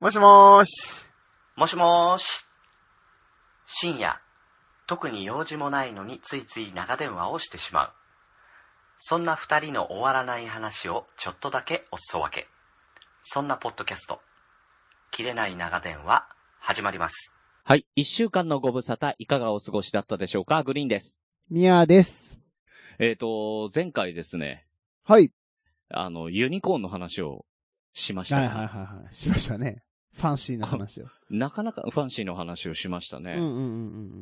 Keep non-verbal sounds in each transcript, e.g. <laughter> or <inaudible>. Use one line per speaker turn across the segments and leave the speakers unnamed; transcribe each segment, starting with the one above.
もしもーし。
もしもーし。深夜、特に用事もないのについつい長電話をしてしまう。そんな二人の終わらない話をちょっとだけおすそ分け。そんなポッドキャスト、切れない長電話、始まります。
はい。一週間のご無沙汰、いかがお過ごしだったでしょうかグリーンです。
ミヤです。
えっ、と、前回ですね、
はい。
あの、ユニコーンの話をしました
はい
が、
はいはいはい。しましたね。ファンシーな話を。
なかなかファンシーの話をしました
う
ね。
んうんうんう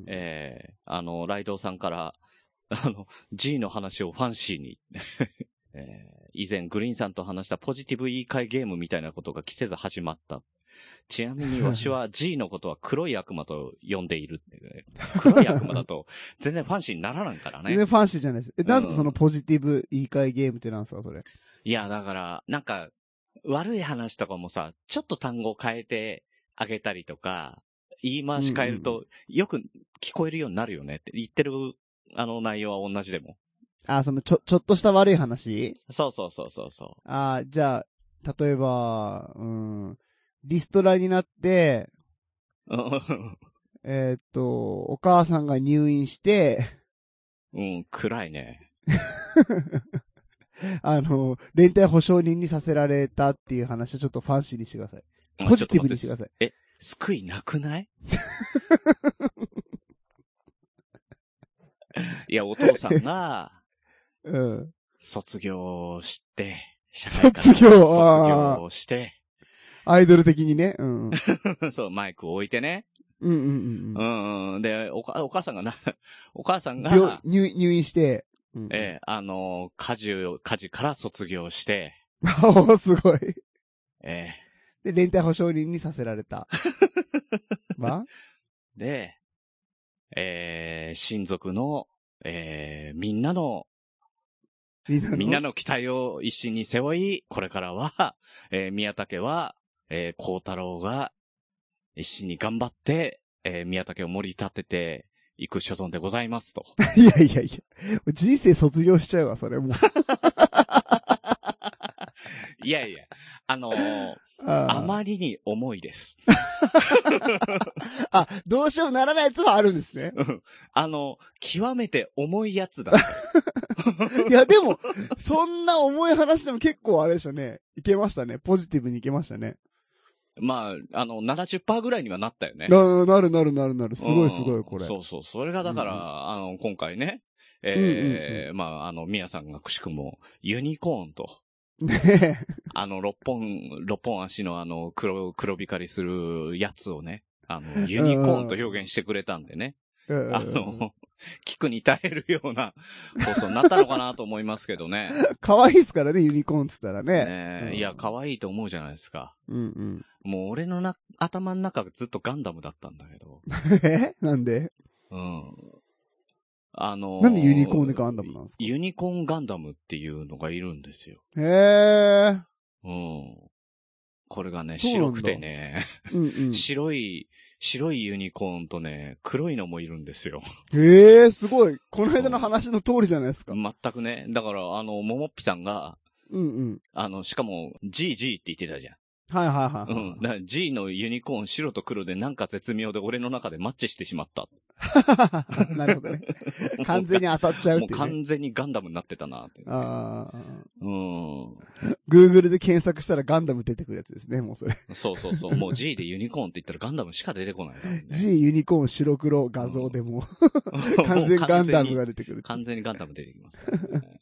ん。
ええあの、ライドウさんから、 <laughs> あの、G の話をファンシーに、 <laughs> ええ以前グリーンさんと話したポジティブ言い換えゲームみたいなことが着せず始まった。ちなみにわし <laughs> は G のことは黒い悪魔と呼んでいる。黒い悪魔だと全然ファンシーにならないから
全
ね
然。ファンシーじゃないです。え、なんす
う
か
ん
そのポジティブ言い換えゲームってなんすかそれ。
いや、だから、なんか、悪い話とかもさ、ちょっと単語変えてあげたりとか、言い回し変える
うん
と、よく聞こえるようになるよねって言ってる、あの内容は同じでも。
あ、そのちょ、ちょっとした悪い話
そうそうそうそうそ
あ、じゃあ、例えば、うん、リストラになって、
う。うん
えーっと、お母さんが入院して、 <laughs>
うん、暗いね。
あの、連帯保証人にさせられたっていう話をちょっとファンシーにしてください。ポジティブにしてくださ
あ。
い
ちょっと待ってえ、救いなくない
<laughs>
いや、お父さんが、
うん。
卒業して、社会から卒
卒業あー
業して、 <laughs>
アイドル的にね。 <laughs> うんうん。
そう、マイクを置いてね。
うんうん
う
うん
ん、うん。で、おか、お母さんがな、 <laughs> お母さん
うん。病
が、
入入院して、うん
ええあの、家事を、家事から卒業して、
<laughs> おーすごい。
え
で、連帯保証人にさせられ <laughs> た。は
えで、ええ親族の、ええみんな
<laughs>
の、
みんなの。
みんなの期待を一心に背負い、これからは、えー宮武は、えー、孝太郎が、一心に頑張って、えー宮武を盛り立てていく所存でございます
<laughs>
と。
いやいやいや。人生卒業しちゃうわ、それもう。
いやいや、あのーあ
あ
まりに重いです。
あ、どうしようもならないやつもあるんですね。
うんあの、極めて重いやつだ。
<laughs> いや、でも、そんな重い話でも結構あれでしたね。いけましたね。ポジティブにいけましたね。
まあ、あの、70%ぐらいにはなったよね。
ななるなるなるなる。すごいすご
う
い、
ん
これ。
そうそう。それがだから、
うんうん
あの、今回ね、ええ
うんうん
まあ、あの、宮さんがくしくも、ユニコーンと、
ねえ
あの、六本、六本足のあの、黒、黒光りするやつをね、あの、ユニコーンと表現してくれたんでね、
<laughs> うん
あの、聞くに耐えるような放送になったのかなと思いますけどね。
可愛いですからね、ユニコーンって言ったら <laughs> ね。
ね
うん
いや、可愛いと思うじゃないですか。
うんうん。
もう俺のな、頭の中がずっとガンダムだったんだけ
<laughs>
ど。
えなんで
うん。あの
なんでユニコーンでガンダムなんですか
ユニコーンガンダムっていうのがいるんですよ。
へえ。
うん。これがね、
そうな
白
んだ
くてね、
うんう
<laughs>
ん。
白い、白いユニコーンとね、黒いのもいるんですよ。
ええすごい。この間の話の通りじゃないですか。
全くね。だから、あの、ももっぴさんが、
うんうん。
あの、しかも、GG って言ってたじゃん。
はいはいはい。
うん。だから G のユニコーン白と黒でなんか絶妙で俺の中でマッチしてしまった。
<laughs> なるほどね。完全に当たっちゃうっ
もう
ていう、ね。
完全にガンダムになってたなって。
ああ。
うん。
Google で検索したらガンダム出てくるやつですね、もうそれ。
そうそう
<laughs>
そう。もう G でユニコーンって言ったらガンダムしか出てこないからね、
G ユニコーン白黒画像でもう、
<laughs> も
完
う
全ガン
完全
ダム
に
が出てくる。
完全にガンダム出てきますからね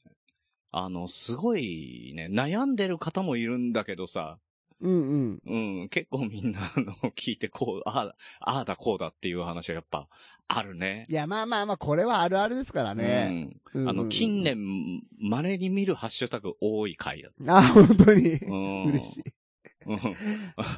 あの、すごいね、悩んでる方もいるんだけどさ、
うんうん。
うん、結構みんな、あの、聞いてこう、ああ、ああだこうだっていう話はやっぱ、あるね。
いや、まあまあまあ、これはあるあるですからね。う
うんん。
うん
あの、近。年、稀に見るハッシュタグ多い回だ。
あ、本当に。
うん。
嬉しい。
う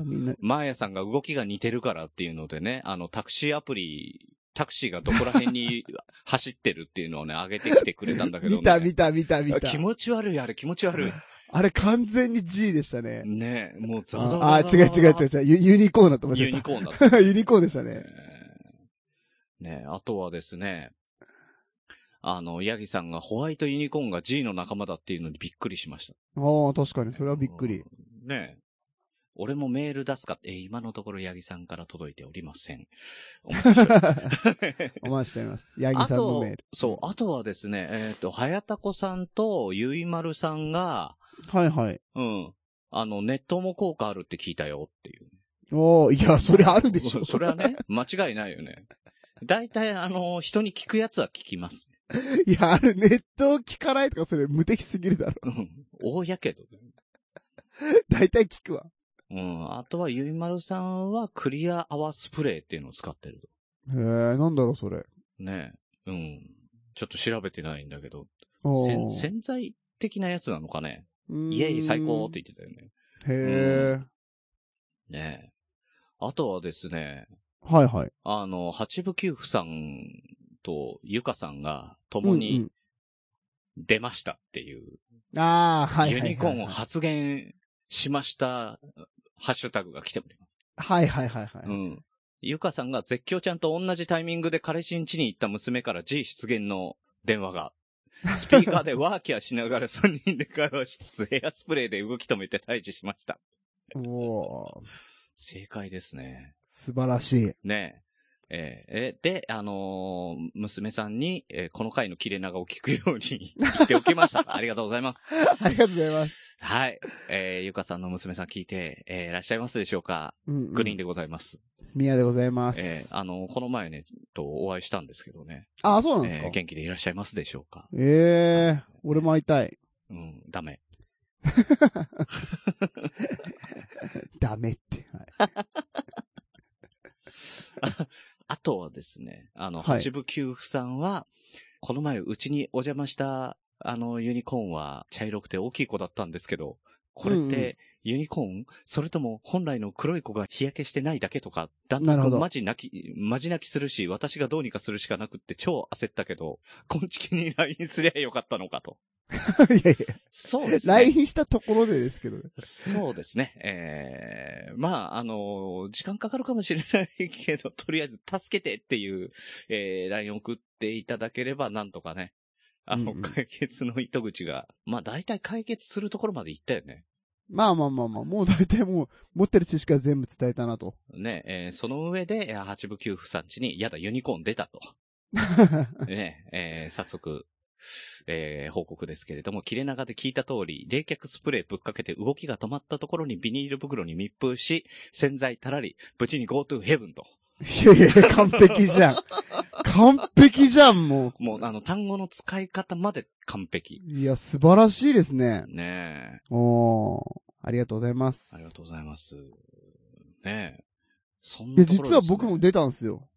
ん。
みんな。
マーヤさんが動きが似てるからっていうのでね、あの、タクシーアプリ、タクシーがどこら辺
<laughs>
に走ってるっていうのをね、上げてきてくれたんだけどね。
見た見た見た見た
気。持ち悪い、あれ気持ち悪い。
あれ完全に G でしたね。
ねえ、もうザワザワザワ。
ああ、違う違う違う違う。ユユニコーンだと思っちゃ
ユ
った
ニ。コーンだった。
<laughs> ユニコーンでしたね。
ねえ、あとはですね、あの、ヤギさんがホワイトユニコーンが G の仲間だっていうのにびっくりしました。
ああ、確かに、それはびっくり。
ねえ。俺もメール出すかって、えー今のところ八木さんから届いておりません。お待ちしております
お待ちしております。八木さんのメール。
そう、あとはですね、えっ、と、はやたこさんとゆいまるさんが、
はいはい。
うん、あの、ネットも効果あるって聞いたよっていう。
おーいや、それあるでし
<laughs>
ょ。
それはね、間違いないよね。大体、あの、人に聞くやつは聞きます。
いや、ある、ネットを聞かないとか、それ無敵すぎるだろ。 <laughs>
うん。大やけど。
大体聞くわ。
うん。あとは、ゆいまるさんは、クリアアワースプレーっていうのを使ってる。
へえ、なんだろう、それ。
ねえ。うん。ちょっと調べてないんだけど、
お
せ
ー
ん潜在的なやつなのかね。
うーん
イエイ、最高って言ってたよね。
へえ。
ねえ。あとはですね、
はいはい。
あの、八部九夫さんとゆかさんが、共に
う
出ましたっていう、
んうん。ああ、はい
ユ
はいはいはい。
ニコーンを発言しました、ハッシュタグが来ております
はいはいはいは
う
い。
ん。ゆかさんが絶叫ちゃんと同じタイミングで彼氏ん家に行った娘から G 出現の電話
<laughs>
が。スピーカーでワーキャーしながら3人で会話しつつヘアスプレーで動き止めて退治しました。
おー
正解ですね。
素晴らしい。
ねえ。えーえーで、あのー娘さんに、えーこの回の切れ長を聞くように <laughs> 言っておきました。ありがとうございます。
ありがとうございます。
はい。えーゆかさんの娘さん聞いて、えーいらっしゃいますでしょうか
うん
グリーン
で。
でございます。
宮でございます。
えーあのーこの前ね、とお会いしたんですけどね。
ああ、そうなんです
えー
か。
元気でいらっしゃいますでしょうか
ええ、俺も会いたい。
うん、ダメ。
ダメって。はい
あとはですね、あの、
はい
八部九夫さんは、この前うちにお邪魔した、あの、ユニコーンは茶色くて大きい子だったんですけど、これっ
うんうん
て、ユニコーン、それとも本来の黒い子が日焼けしてないだけとか、だんだ
なるほ
ん
ど
マジ泣き、マジ泣きするし、私がどうにかするしかなくって超焦ったけど、こんちきに LINE すりゃよかったのか
<laughs>
と。
いやいや、
そうですね。
LINE したところでですけどね。
そうですね。ええまあ、あの時間かかるかもしれないけど、とりあえず助けてっていう、えー、LINE を送っていただければ、なんとかね、あの、
うんうん
解決の糸口が、まあ、大体解決するところまで行ったよね。
まあまあまあまあ、もう大体もう、持ってる知識は全部伝えたな
<laughs>
と。
ね、えーその上で、えー八部九夫さんちに、やだ、ユニコーン出たと。
<laughs>
ね、えー早速、えー報告ですけれども、切れ長で聞いた通り、冷却スプレーぶっかけて動きが止まったところにビニール袋に密封し、洗剤たらり、無事に GoToHeaven と。
いやいや、完璧じゃん。完璧じゃん、も
もう、あの、単語の使い方まで完璧。
う。いや、素晴らしいですね。
ねえ。
おー。ありがとうございます
あ。りがとうございます。ねえ。そん
い
な
や、
ところ
実は僕も
で
出たんすよ。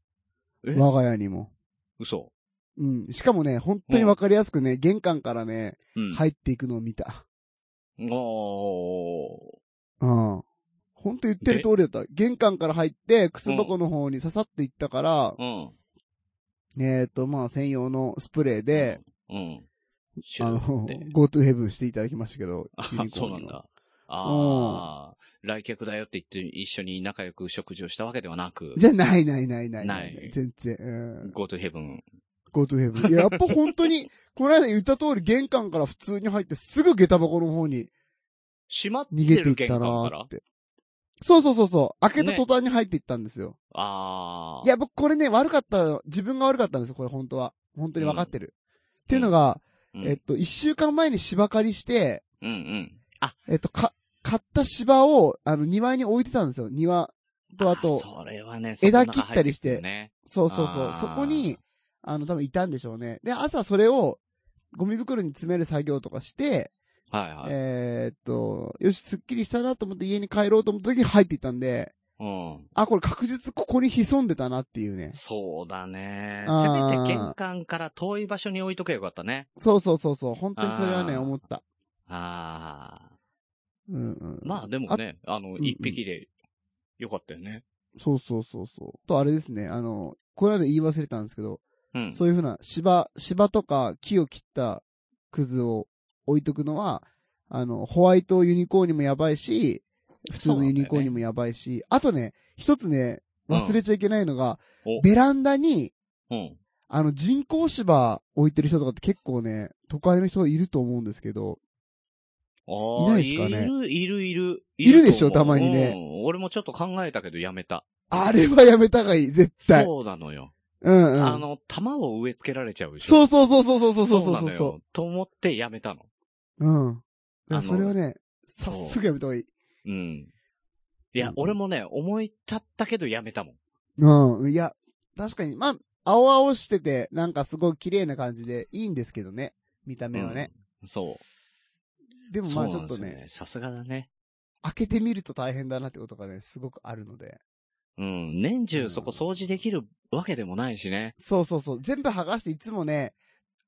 すね、
我が家にも。
え嘘。
うん。しかもね、本当にわかりやすくね、玄関からね、
うん。
入っていくのを見た。
い。お
うん。本当言ってる通りだった。玄関から入って、靴箱の方に刺さっていったから
ー。、うん。
えっと、まあ、専用のスプレーで、
うん。シ
あ
ュ
の、
ーって
GoToHeaven していただきましたけど。ユ
あ
ニコ
そ
ーン
うな
に
ん
は。
だ。ああ、来客だよって言って一緒に仲良く食事をしたわけではなく、
じゃ、ないないないない
ない
全然。うん。
GoToHeaven。
GoToHeaven。いや、やっぱ本当に、 <laughs> この間言った通り玄関から普通に入ってすぐ下駄箱の方に
閉まっ
逃げ
て
てい
る
っ
玄
た
関
な
から
ーって。そうそうそうそう。開けた途端に入っていったんですよ。
ああ。
いや、僕これね、悪かった、自分が悪かったんですよ、これ本当は。本当に分かってる。っていうのが、
うん、
えっと、一週間前に芝刈りして、
うんうん。あ、
えっと、か、買った芝を、あの、庭に置いてたんですよ。庭と、あと、
それはね、そ
枝
この中
切ったりして
入っくるね
そうそうそう
あ。ー
そこに、あの、多分いたんでしょうね。で、朝それを、ゴミ袋に詰める作業とかして、
はいはい。
えーっと、よし、すっきりしたなと思って家に帰ろうと思った時に入っていったんで、
うん。
あ、これ確実ここに潜んでたなっていうね。
そうだね。せ
あー
めて玄関から遠い場所に置いとけばよかったね。
そうそうそうそう。本当にそれはね、
あー
思った。
ああ。
うんうん。
まあでもね、あの、
んうん
一匹でよかったよね。
そうそうそうそう。と、あれですね、あの、これまで言い忘れたんですけど、
うん。
そういうふうな芝、芝とか木を切ったくずを置いとくのは、あの、ホワイトユニコーンにもやばいし、普通のユニコーンにもやばいし、あとね、一つね、忘れちゃいけないのが、
うんお
ベランダに、
うん。
あの、人工芝置いてる人とかって結構ね、都会の人いると思うんですけど、
ああ、
いないですかね
る、いる、いる。
いるでしょ
と思う
たまにね
うん。俺もちょっと考えたけどやめた。
あれはやめた方がいい、絶対。
そうなのよ。
うんうん。
あの、玉を植え付けられちゃうでし
そ
ょ。
うそうそうそうそうそう
そう
そう
な
そ
の
うそ
よ。と思ってやめたの。
う。うん。い
あ
や
の
それはね、さ
そう
っすぐやめた方がいい。
うん。いや、
うん
俺もね、思い立ったけどやめたもん。
うん。いや、確かに、まあ、青々してて、なんかすごい綺麗な感じでいいんですけどね。見た目はね。
うん。そ
で
う。
もまあち
そうな
ょっ
んで
と
すよ
ね、
さすがだね。
開けてみると大変だなってことがね、すごくあるので。
うん。年中そこ掃除できるわけでもないしね。
そうそうそう。全部剥がしていつもね、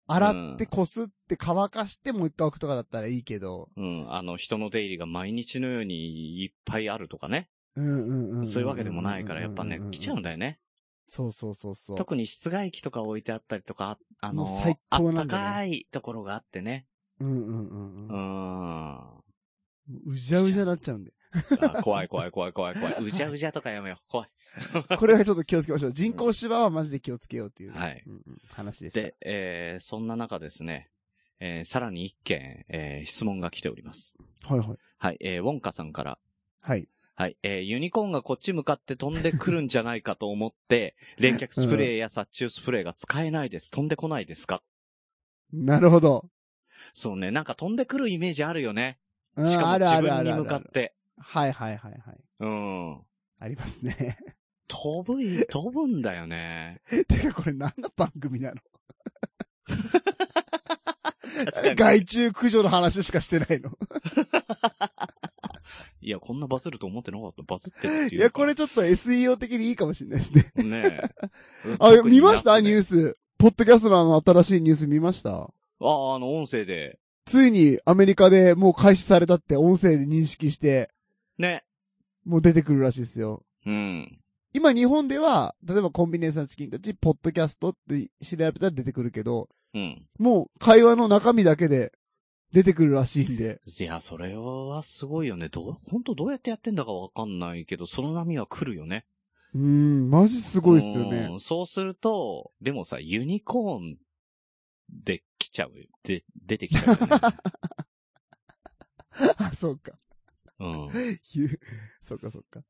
洗って、こすって、乾かして、もう一回置くとかだったらいいけど。
うん。あの、人の出入りが毎日のようにいっぱいあるとかね。
うんうんうん。
そういうわけでもないから、やっぱね、来ちゃうん
だ。
だよね。
そうそうそうそう。
特に室外機とか置いてあったりとか、あの
もう最、
あ
高
っ
な
た
んだよね
かいところがあってね。
うんうんうん
う
うん。
ん。
うじゃうじゃになっちゃうんで。
あ怖い怖い怖い怖い怖い。うじゃうじゃとかやめよう。怖い。
これはちょっと気をつけましょう。人工芝はマジで気をつけようっていうね、
はい
うんうん話でした。
で、えー、そんな中ですね、えー、さらに一件、えー、質問が来ております。
はいはい。
はい、えー、ウォンカさんから。
はい。
はい、えー、ユニコーンがこっち向かって飛んでくるんじゃないかと思
<laughs>
って、冷却スプレーや殺虫スプレーが使えないです。飛んでこないですか
なるほど。
そうね、なんか飛んでくるイメージあるよね。
うん
しかも
ある
自
あるあ
分
る
に
ある
向かって。
はいはいはいはい。
うん。
あります
<laughs>
ね。
飛ぶ
<laughs>
い、飛ぶんだよね。
てかこれ何の番組なの
確かに
害虫駆除の話しかしてないの。
いや、こんなバズると思ってなかった。バズってるっていうか。
いや、これちょっと SEO 的にいいかもしれないで
<laughs>
すね。。
ねえ
<laughs> あ、見ましたニュー
ス。
ス。ポッドキャストのあの新しいニュース見ました
ああ、あの、音声で。
ついにアメリカでもう開始されたって音声で認識して、
ね。
もう出てくるらしいですよ。
うん。
今日本では、例えばコンビニエンスなチキンたち、ポッドキャストって調べたら出てくるけど、
うん。
もう会話の中身だけで出てくるらしいんで。
いや、それはすごいよね。どう、本当どうやってやってんだかわかんないけど、その波は来るよね。
うーん、マジす
す
ごいっすよね。。
そうすると、でもさ、ユニコーンで来ちゃうよ。で、出てきちゃうよね。
あ、そうか。 <laughs>
うん。
ゆそうかそうか。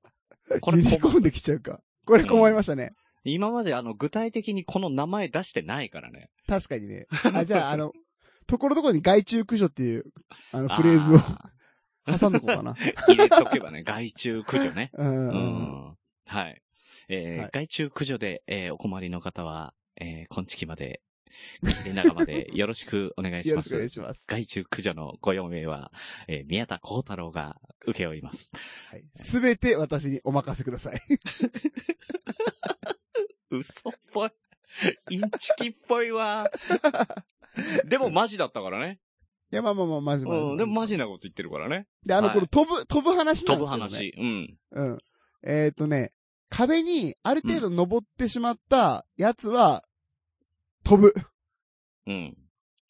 こ
ユ
れ、
ニコ
こ
ーンできちゃうか。これ困りましたね。
今まであの、具体的にこの名前出してないからね。
確かにね。あ、じゃあ、あの、ところどころに害虫駆除っていう、あの、フレーズを
あ
挟んどこうかな。
ー入れとけばね、 <laughs> 害虫駆除ね。
うん。
う
うん
んはい。えー
はい
外注駆除で、えーお困りの方は、えー、今月まで、切れ長までよろしくお願いし
よろ
ま
しくお願い
す。
します。
外注駆除のご用命は、えー宮田幸太郎が受け負います。
すべて私にお任せください。
嘘っぽい。インチキっぽいわ。でもマジだったからね。
いや、まあまあまあ、マジマジ
うん、でもマジなこと言ってるからね。
で、あの、
はい
この飛ぶ、飛ぶ話なん
飛
で
ぶ
すけど、ね。
話。うん。
うん。えっ、とね、壁にある程度登ってしまったやつは、飛ぶ
うん。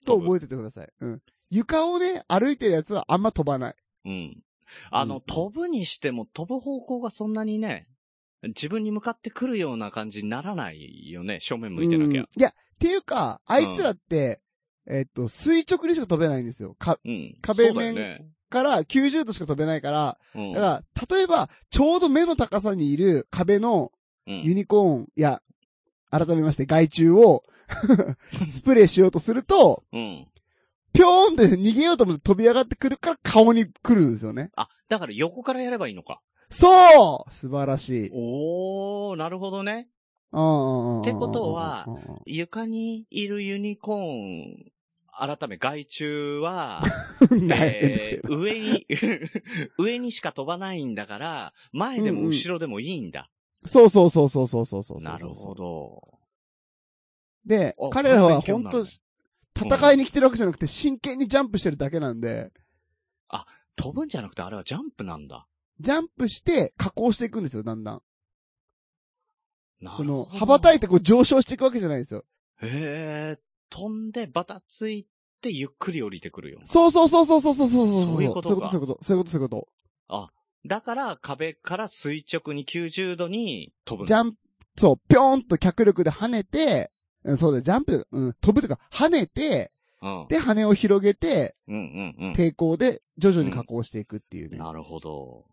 と
飛ぶ
覚えててください。うん。床をね、歩いてるやつはあんま飛ばない。
うん。あの、
うん
飛ぶにしても飛ぶ方向がそんなにね、自分に向かってくるような感じにならないよね、正面向いてなき
う
ゃ
ん。いや、っていうか、あいつらって、えっ、と、垂直にしか飛べないんですよ。か、
うん。
壁
そ
面
うだよね。
から90度しか飛べないから、
うん。
だから、例えば、ちょうど目の高さにいる壁の
う
ユ
ん、
ニコーン、いや、改めまして、害
<laughs>
虫を、スプレーしようとすると、
うん。
ぴょーんって逃げようと思って飛び上がってくるから顔に来るんですよね。
あ、だから横からやればいいのか。
そう素晴らしい。
おー、なるほどね。
っ
ってことは、床にいるユニコーン、改め、害虫
<laughs>
は、 <laughs> えー上に、 <laughs> 上にしか飛ばないんだから、前でも後ろでもいいんだ。
そうそうそうそうそうそうそうそう。
なるほ。ど。
で
お、
彼らは
これ勉強に
本
なる
当
ね
戦いに来てるわけじゃなくて、真剣にジャンプしてるだけなんで、
飛ぶんじゃなくて、あれはジャンプなんだ。
ジャンプして加工していくんですよ、だんだん。
なるほ
その、
ど。
羽ばたいてこう上昇していくわけじゃないんですよ。
へえ、飛んで、ばたついて、ゆっくり降りてくるよ。
そうそうそうそうそうそうそうそう。
そういうことか
そういうこと、そういうこと、そういうこと。
だから、壁から垂直に90度に飛ぶん
ジ
だ。
ャンプ、そう、ぴょーんと脚力で跳ねて、うんそうだよ、ジャンプ、うん、飛ぶというか、跳ねて、
うん。
で、羽を広げて、
うんうんうん。
抵抗で徐々に加工していくっていうね。
なるほど。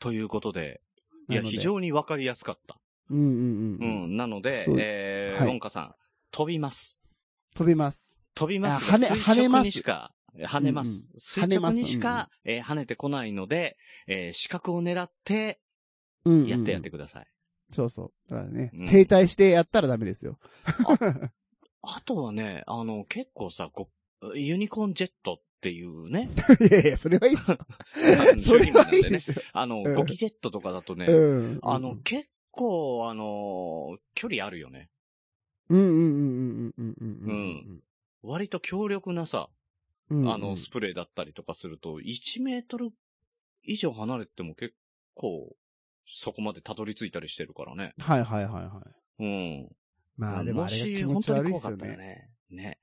ということで、い
な
や、
ので
非常にわかりやすかった。
うんうん
う
うんうん。
ん。なので、
そう
えー、
はい
ロンカさん、飛びます。
飛びます。
飛びます
あ
が。
跳ね
垂
跳ね
直
ま
に
す
しか、跳ねます。
うん
垂直にし
跳ね
か、えー跳ねてこないので、えー、視覚を狙って、
うんうんうん
やってやってください。
そうそう。だからね、
うん
整体してやったらダメですよ。
あとはね、あの、結構さ、こうユニコーンジェットっていう
<laughs>
ね。
いやいや、それはいい。それはいいでしょ。
あの、
うん
ゴキジェットとかだとね、
うん。
あの、、結構、あの、距離あるよね。
うんうんうんうんうんうんうん
割と強力なさ、
うんうん。
あの、スプレーだったりとかすると、1メートル以上離れても結構、そこまでたどり着いたりしてるからね。
はいはいはいはい。
うん。
まあでも
も
あれが
し、
気
本
持ち
当
悪
に
い
怖
っ
か
す
っ
よ
たら
ね。
ね。ね。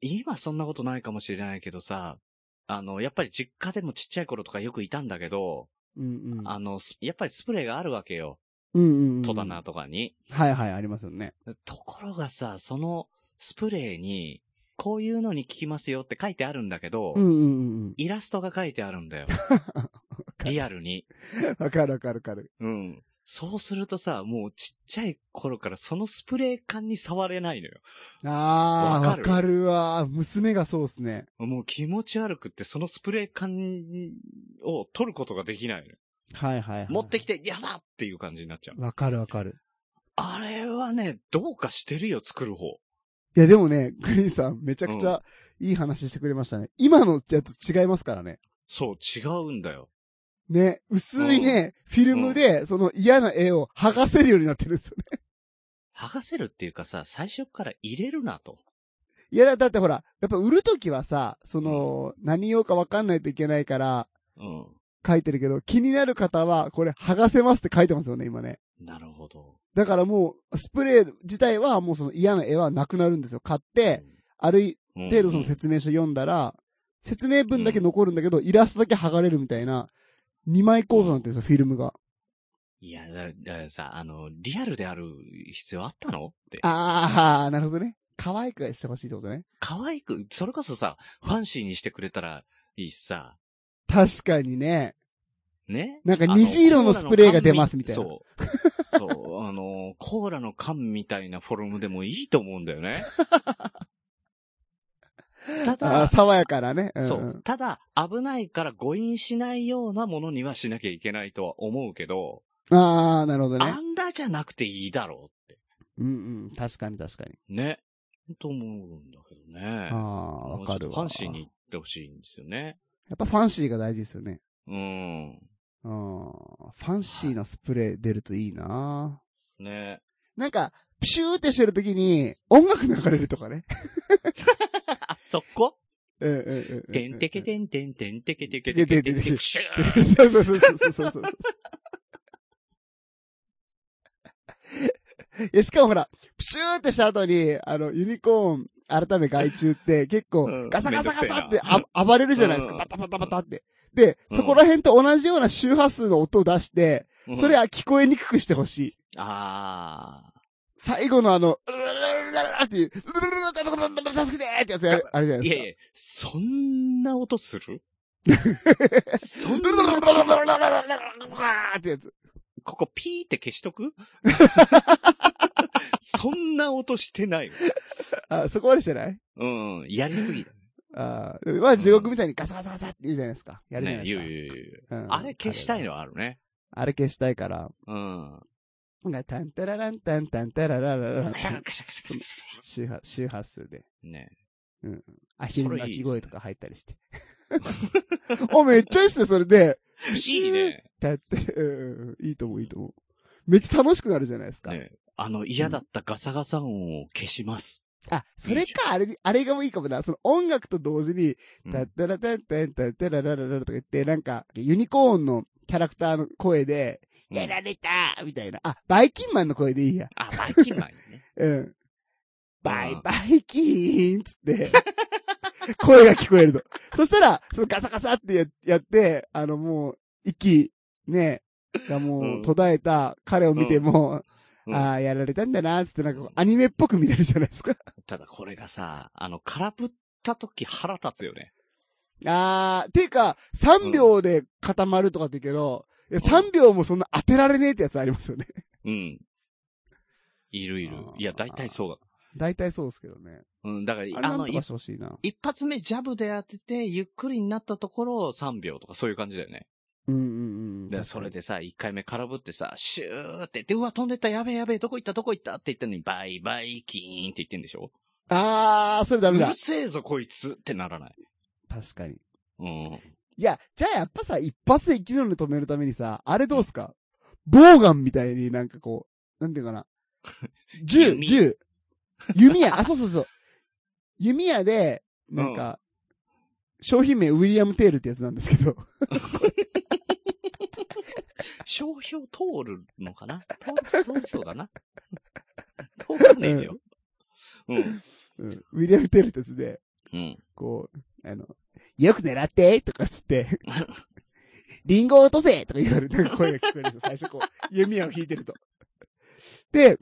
今そんなことないかもしれないけどさ、あの、やっぱり実家でもちっちゃい頃とかよくいたんだけど、
うんうん。
あの、すやっぱりスプレーがあるわけよ。
うんうんうん。
戸棚。とかに。
はいはい、ありますよね。
ところがさ、そのスプレーに、こういうのに効きますよって書いてあるんだけど、
うんうんうん
イラストが書いてあるん
<laughs>
だよ。リアルに。
うん。わかるわかるわかる。
うん。そうするとさ、もうちっちゃい頃からそのスプレー缶に触れないのよ。
あ
わ
ー、
か
わ
る
かるわ。娘がそうっすね。
もう気持ち悪くって、そのスプレー缶を取ることができないのよ。
はいはいはい。
持ってきて、やだっていう感じになっちゃう。
わかるわかる。
あれはね、どうかしてるよ、作る方。
いやでもね、グリーンさんめちゃくちゃいい話してくれましたね。今のやつ違いますからね。
そう、違うんだよ。
ね、薄いね、フィルムで、その嫌な絵を剥がせるようになってるんですよね。
剥がせるっていうかさ、最初から入れるなと。
<laughs> いや、だってほら、やっぱ売るときはさ、その、何用かわかんないといけないから、
うん。
書いてるけど、気になる方は、これ、剥がせますって書いてますよね、今ね。
なるほど。
だからもう、スプレー自体は、もうその嫌な絵はなくなるんですよ。買って、ある
うん、
程度そ
う
の
ん
説明書読んだら、説明文だけ残るんだけど、イラストだけ剥がれるみたいな、2枚構造なんてるんですよ、フィルムが。
いや、だだからさ、あの、リアルである必要あったのって。
あー、なるほどね。可愛くしてほしいってことね。
可愛く、それこそさ、ファンシーにしてくれたらいいしさ。
確かにね。
ね
なんか
あの
虹色のスプレーが出ますみたいな
コーラの缶そう。そう。あの、コーラの缶みたいなフォルムでもいいと思うんだよ
<laughs>
ね。た
あー
だ、
爽やかなね。うんうん、
そう。ただ、危ないから誤飲しないようなものにはしなきゃいけないとは思うけど、
あー、なるほどね
あ。んだじゃなくていいだろうっ
うんうん。確かに確かに。
て。ね。と思うんだけどね。
ああ、
もう
わか
ちょ
る
っ
わ。
とファンシーに行ってほしいんですよね。
やっぱファンシーが大事ですよね。
うん。
うん。ファンシーなスプレー出るといいな
ね。
なんか、プシューってしてるときに、音楽流れるとかね。 <laughs>
あ、そこ
うんうんうんうん。
てんてけてんてんてんてけてけてけ
てけ
て
て
んてけ
んてけ
プシュー
そうそうそうそうそうそう。いや、しかもほら、プシューってした後に、あの、ユニコーン、改め外注って、結
うん
構、ガサガサガサ
めん
って
どくせえな
あ、暴れるじゃないです
う
か。
ん
バタバタバタって。で、
うん
そこら辺と同じような周波数の音を出して、それは聞こえにくくしてほしい。
あ
最後のあの、うるるるるるっていう、うるるるるる助けてってやつやる、あれじゃ
あ。
ない
い
です
やいや、そ
か。
んな音するそん
ルルルル
な、
ルルルルルルルってやつ。
ここピーって消しと
<laughs>
くそんな音してない。
あ、そこまでしてない
うん、やりすぎだ。
あーでもまあ地獄みたいにガサガサガサって言うじゃないですか。やるじゃな
ね
い、で
言
す
う
か。
言う言う。
うん
あれ消したいのはあるね。
あれ消したいから。
うん。
なんかタンタラランタンタンタラララララン。 <laughs>
カシャカシャカシャカシ
周波、周波数で。
ャね。
アヒルの鳴き声とか入った
<laughs>
りして。あ、めっちゃいいっすね、それで。
いいね。
だって、うんうんいいと思う、いいと思う。めっちゃ楽しくなるじゃないですか。
ねあの、嫌だったガサガサ音を消します。
あ、それか、あれに、あれがもういいかもな。その音楽と同時に、
うん
タッタラタッタッタッタララララとか言って、なんか、ユニコーンのキャラクターの声で、
うん
やられたみたいな。あ、バイキンマンの声でいいや。
あ、バイキンマンね。 <laughs>
うん。バイバイキーンっつって、 <laughs> 声が聞こえるの。そしたら、そのガサガサってややって、あのもう、息、ね、が
う
も
ん
う途絶えた彼を見ても、
うん
あ <laughs> あ、やられたんだな、つってなんかこうアニメっぽく見れるじゃないですか。
ただこれがさ、あの、空振っった時腹立つよね。
あー、てか、3秒で固まるとかって言うけど、いや3秒もそんな当てられねえってやつありますよ <laughs> ね。
うん。いるいる
あ。ー
いや、大体そうだ。
大体そうですけどね。
うん、だから
あ、れ
あ
なん
の、
と
い
かしてほしいな。
一発目ジャブで当てて、ゆっくりになったところを3秒とかそういう感じだよね。
うんうんうん。
で、それでさ、1回目空振ってさ、シューって言って、うわ、飛んでった、やべえやべえ、どこ行った、どこ行ったって言ったのに、バイバイキーンって言ってんでしょ
あー、それダ
う
メ
る
だ。
せえぞ、こいつってならない。
確かに。
うん。
いや、じゃあやっぱさ、一発で生きるの止めるためにさ、あれどうすかボウガンみたいになんかこう、なんていうかな。銃、
弓
銃。弓矢、あ、そうそうそう。弓矢で、なんか、商品名ウィリアム・テールってやつなんですけど、
商標通るのかな通る、通るそう
<laughs>
だな。通らねえよ。うん。
うんウィリアム・テールってやつで、
うん。
こう、あの、よく狙ってとかっつって、リンゴを落とせとか言われて、声が聞こえるんですよ。最初こう、弓矢を引いてると。で、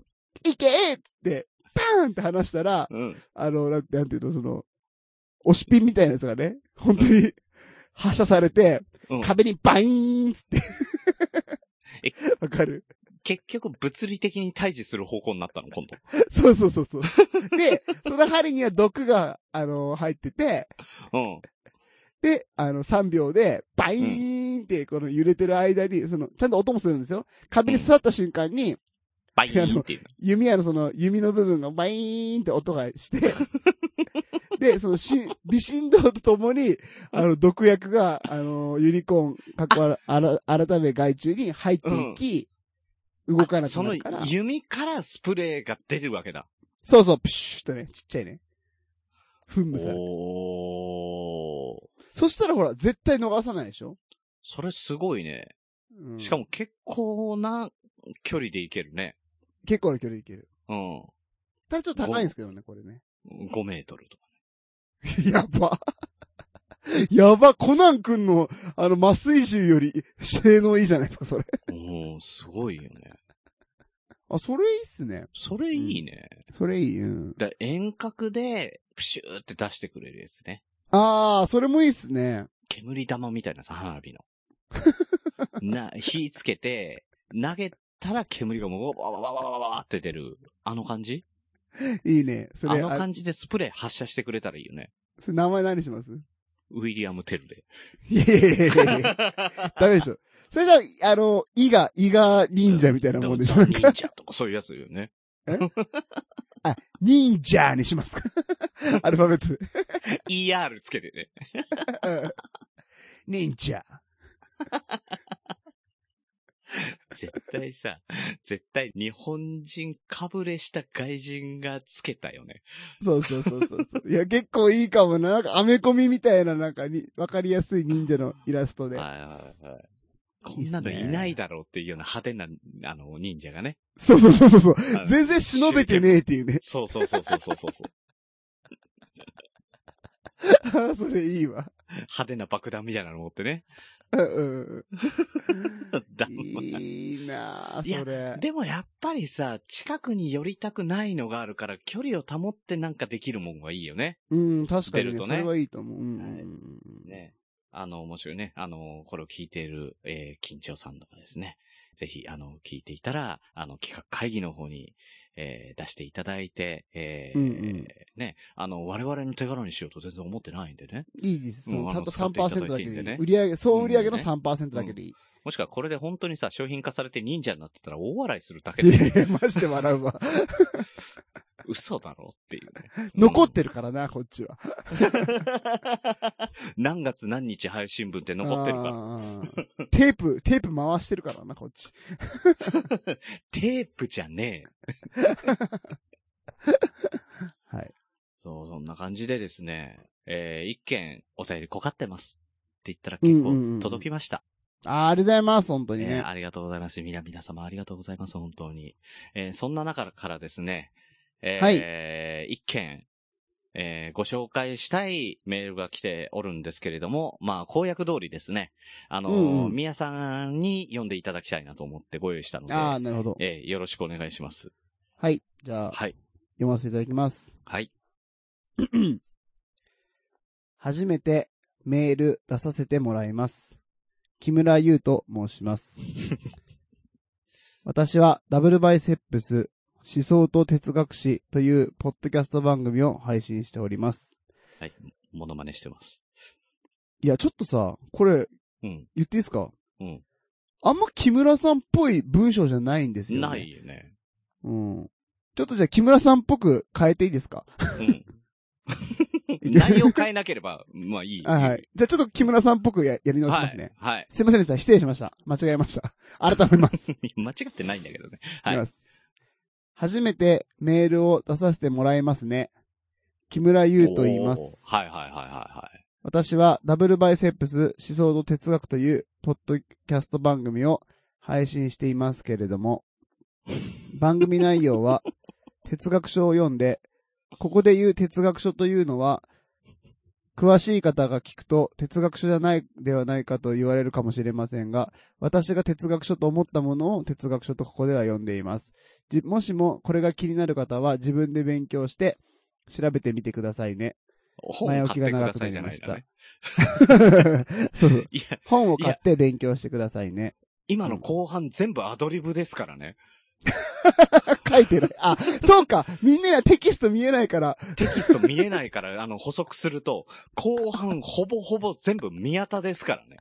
いけーっつって、パーンって離したら、
うん。
あの、なんなんていうの、その、押しピンみたいなやつがね、本当に発射されて、
うん
壁にバイーンっつって
え。
わかる
結局、物理的に対峙する方向になったの、今度。
そうそうそうそう。で、その針には毒が、あの、入ってて、
うん。
で、あの、3秒で、バイーンって、この揺れてる間に、その、ちゃんと音もするんですよ。壁に刺さった瞬間に、
バイーンっていう
弓矢のその、弓の部分がバイーンって音が
<laughs>
して、で、そのし、微振動とともに、あの、毒薬が、あの、ユニコーン、かっこあら、あら、改め害虫に入っていき、動か
の。
なく
そ
な
の
るから。
弓からスプレーが出るわけだ。
そうそう、プシュッとね、ちっちゃいね。噴霧される。
おー。
そしたらほら、絶対逃さないでしょ、
それすごいね。
うん、
しかも結構な距離でいけるね。
結構な距離いける。
うん。
ただちょっと高いんですけどね、これね。
5メートルとか。
<laughs> やば。やば、コナン君の、あの、麻酔銃より、性能いいじゃないですか、それ。
うん、すごいよね。
あ、それいいっすね。
それいいね。
それいい、うん。
だ遠隔で、プシューって出してくれるやつね。
あー、それもいいっすね。
煙玉みたいなさ、花
<laughs>
火の。な、火つけて、投げたら煙がもう、わわわわわわわって出る。あの感じ
いいね。そ
あ
れ、
の
あ
感じでスプレー発射してくれたらいいよね。
それ名前何します
ウィリアム・テルで。
いやいやいやいやい <laughs> やダメでしょ。それじゃあ、あの、伊賀、伊賀忍者みたいなもんでしょ。
ザ忍者とかそういうやつよね。
忍者にします <laughs> かアルファベットで
ER つけてね。
うん。忍者。
絶対さ、絶対日本人かぶれした外人がつけたよね。
そうそうそうそうそう。いや、結構いいかもな。なんか、アメコミみたいな、なんかに、わかりやすい忍者のイラストで。
はいはいはい。こ
いいっ
んな
すね
のいないだろうっていうような派手な、あの、忍者が
<laughs>
ね。
そうそうそうそうそう。
あの
全然忍べてねえっていうね。 <laughs>
そうそうそうそうそうそうそう。
あーそれいいわ。
派手な爆弾みたいなの持ってね。
うんうん
だ
うん。 <laughs> いいなあ
いや
それ。
<laughs> でもやっぱりさ、近くに寄りたくないのがあるから、距離を保ってなんかできるもんがいいよね。
うん、確かに、
出
ね
ると
そ
ね
れはいいと思う。うんうんうん
はいね。あの、面白いね。あの、これを聞いている、えー、緊張さんとかですね。ぜひ、あの、聞いていたら、あの、企画会議の方に、えー出していただいて、えー
うんうん
ね、あの、我々の手柄にしようと全然思ってないんでね。
いいです。そ
うん
の
あ
た
の
った
使っていただ
3%
い
だ
て
け
いいん
で
で
い
ね。
い売り上げ、総売り上げの3%だけでいい。
もしくは、これで本当にさ、商品化されて忍者になってたら大笑いするだけ
いや
で、
い <laughs> や、マジで笑うわ。
嘘だろっていうね、
残ってるからな、こっちは。
うん <laughs> 何月何日配信分って残ってるから。
ら。テープ、テープ回してるからな、こっち。
テープじゃねえ。
はい。
そう、そんな感じでですね、えー、一件お便りこかってますって言ったら
う
結
んうんうん
構届きました。
あーありがとうございます、本当に
え
ね
ー。ありがとうございます。みな、皆様ありがとうございます、本当に。えー、そんな中からですね、えー、一件、えー、ご紹介したいメールが来ておるんですけれども、まあ、公約通りですね、あのー、
うんうん
宮さんに読んでいただきたいなと思ってご用意したので、
ああ、なるほど。
えー、よろしくお願いします。
はい。じゃあ、
はい。
読ませていただきます。
はい。
初めてメール出させてもらいます。木村優と申します。私はダブルバイセップス、思想と哲学史というポッドキャスト番組を配信しております。
はい。モノマネしてます。
いや、ちょっとさ、これ、
うん。
言っていいですか
うん。
あんま木村さんっぽい文章じゃないんですよ、ね。
ないよね。
うん。ちょっとじゃあ木村さんっぽく変えていいですか
うん。
<laughs>
内容変えなければ、まあいい。
はいはい。じゃあちょっと木村さんっぽくややり直しますね。
はい。 <laughs>
すいませんでした。失礼しました。間違えました。改めます。
はい間違ってないんだけどね。はい
いきます初めてメールを出させてもらいますね。木村優と言います。
おーはいはいはいはいはい。
私はダブルバイセップス思想と哲学というポッドキャスト番組を配信していますけれど <laughs> も、番組内容は哲学書を読んで、ここで言う哲学書というのは、詳しい方が聞くと哲学書じゃないではないかと言われるかもしれませんが、私が哲学書と思ったものを哲学書とここでは読んでいます。じもしもこれが気になる方は自分で勉強して調べてみてください <laughs> ね。
本を買ってくださいじゃないんだね。
そうそう。
いや、
本を買って勉強してくださいね。 <laughs>
今の後半全部アドリブですからね。
書いてない。あ、そうかみんなにはテキスト見えないから。
テキスト見えないから、あ <laughs> の、補足すると、後半ほぼほぼ全部宮田ですからね。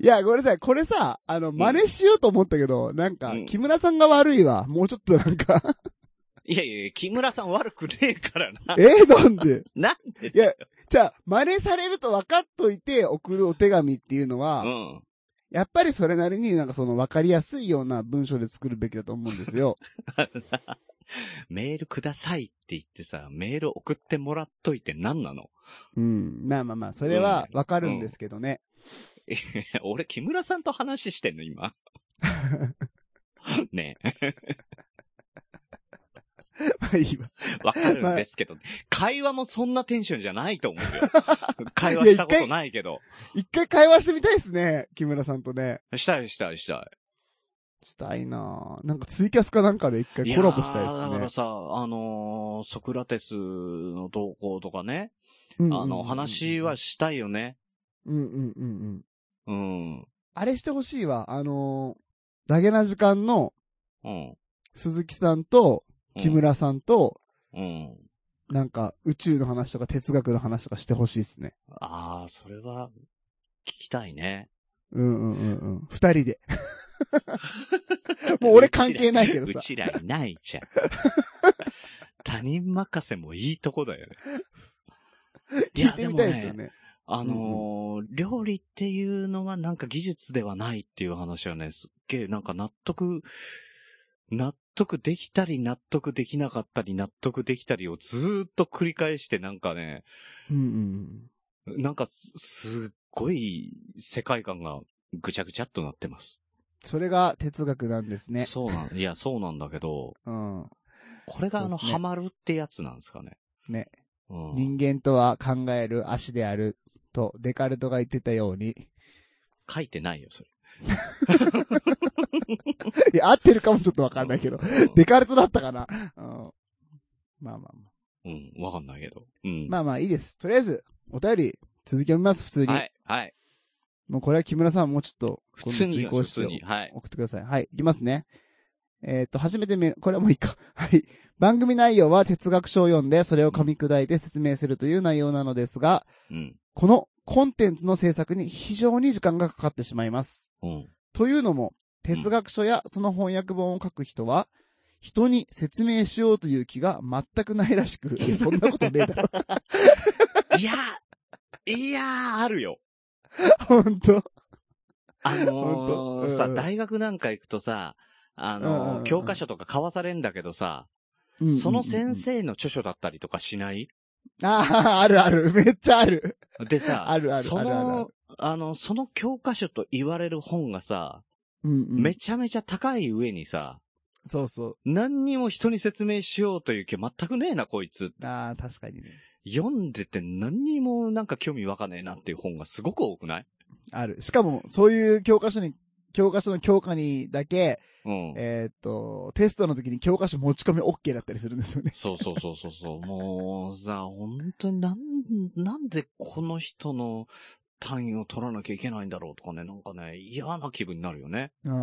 いや、ごめんなさい。これさ、あの、
ん
真似しようと思ったけど、なんか
うん、
木村さんが悪いわ。もうちょっとなんか。
いやいや、木村さん悪くねえからな。
えなんで
なんで
いや、じゃあ、真似されると分かっといて送るお手紙っていうのは、
うん。
やっぱりそれなりになんかその分かりやすいような文章で作るべきだと思うんですよ。
メールくださいって言ってさ、メール送ってもらっといて何なの
うん。まあまあまあ、それは分かるんですけどね。 <laughs>
<laughs> 俺、木村さんと話してんの、
<laughs>
今。ねえ、
まあいいわ。
わかるんですけど、会話もそんなテンションじゃないと思う
<laughs>
よ。会話したことないけど。
一回会話してみたいですね。木村さんとね。
したいしたいしたい。
したいなぁ。なんかツイキャスかなんかで一回コラボしたい
やーだか
で
ら
すね。
さ、あのーソクラテスの動向とかね、
うんうんうん
あの、話は。したいよね。
うんうんうんうん。
うん。
あれしてほしいわ。あのー、ダゲな時間の
うん。
鈴木さんと木村さんと、
うん。
なんか宇宙の話とか哲学の話とかしてほしいですね。
ああ、それは、聞きたいね。
うんうんうんうん。二人
<laughs>
で。もう俺関係ないけど
う
さ。
ちらいないじゃん。他人任せもいいとこだよね。い
聞
や
いてみたいですよね。
あのー料理っていうのはなんか技術ではないっていう話はね、すっげえなんか納得、納得できたり納得できなかったり納得できたりをずーっと繰り返してなんかね、
うんうん
なんかすすっごい世界観がぐちゃぐちゃっとなってます。
それが哲学なんですね。
そうなん、いや、そうなんだけど、
うん。
これがあの、
そうですね
ハマるってやつなんですかね。
ね。
うん。
人間とは考える足であるとデカルトが言ってたように。
書いてないよ、それ。
<laughs> いや、合ってるかもちょっとわかんないけ
う
ど。
ん
デカルトだったかな。うん。まあまあまあ。
うん、わかんないけど。うん。
まあまあいいです。とりあえず、お便り、続き読みます、普通に。
はい、はい。
もうこれは木村さんもうちょっと、
普通に
今
よ、
度
普
遂
通
行
に。
して
はい。
送ってください。はい、いきますね。えっ、と、初めてメール、これはもういいか。はい。番組内容は哲学書を読んで、それを噛み砕いて説明するという内容なのですが、
うん。
このコンテンツの制作に非常に時間がかかってしまいます。 <laughs>
うん。
というのも、哲学書やその翻訳本を書く人は、人に説明しようという気が全くないらし <laughs> く、いやそんなことねえだろ。
いや、いやー、あるよ。
ほんと。
あの
本当
ー
うん
さ、大学なんか行くとさ、あ
うんうん
の
う
ー
ん
教科書とか買わされんだけどさ、その先。生の著書だったりとかしない
ああ、あるある。め <laughs> っちゃある。
でさ、
<laughs> あるある
そ
あるあるあ
の、あの、その教科書と言われる本がさ、
うんうん
めちゃめちゃ高い上にさ、
そうそ
何にも人に説明しようという気全くねえな、こいつ。
う。ああ、確かにね。
読んでて何にもなんか興味わかねえなっていう本がすごく多くない
ある。しかも、そういう教科書に教科書の教科にだけ、
うん。
えーっと、テストの時に教科書持ち込み OK だったりするんですよね。
そうそうそうそうそう。もう、さ、本当になん、なんでこの人の単位を取らなきゃいけないんだろうとかね、なんかね、嫌な気分になるよね。
ああ、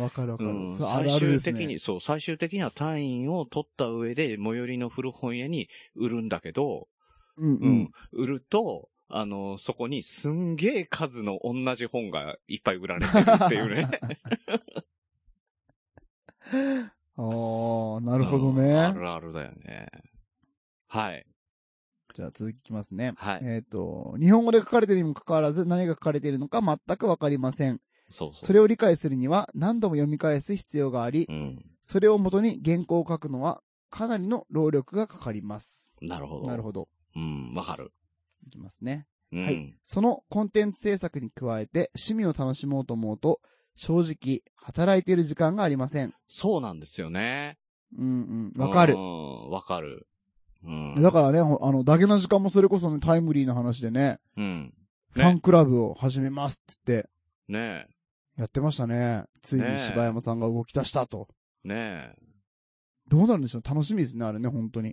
わかるわか
う
る。
ん。
そうある
最
あ
終
るですね
的に、そう、最終的には単位を取った上で、最寄りの古本屋に売るんだけど、
うん
う
うんん。。
売ると、あの、そこにすんげえ数の同じ本がいっぱい売られてるっていうね。
<laughs> ああ、なるほど
うんあ
ね。
るあるだよね。はい。
じゃあ続きいきますね。
はい
えーっと、日本語で書かれているにもかかわらず何が書かれているのか全くわかりません。
そうそう。
それを理解するには何度も読み返す必要があり
う、ん。
それをもとに原稿を書くのはかなりの労力がかかります。
なるほど。
なるほど。
ど。うん、わかる。
いきますね。
うん。
はい。そのコンテンツ制作に加えて趣味を楽しもうと思うと、正直、働いている時間がありません。
そうなんですよね。
うんうん。わかる
う。ん、わかる。うん。
だからね、ほあの、だけの時間もそれこそね、タイムリーな話でね、
うん。
ファンクラブを始めますっつって、
ね
やってましたね。つい
ねえ
に柴山さんが動き出したと。
え。ね
どうなるんでしょう楽しみですね、あれね、本当に。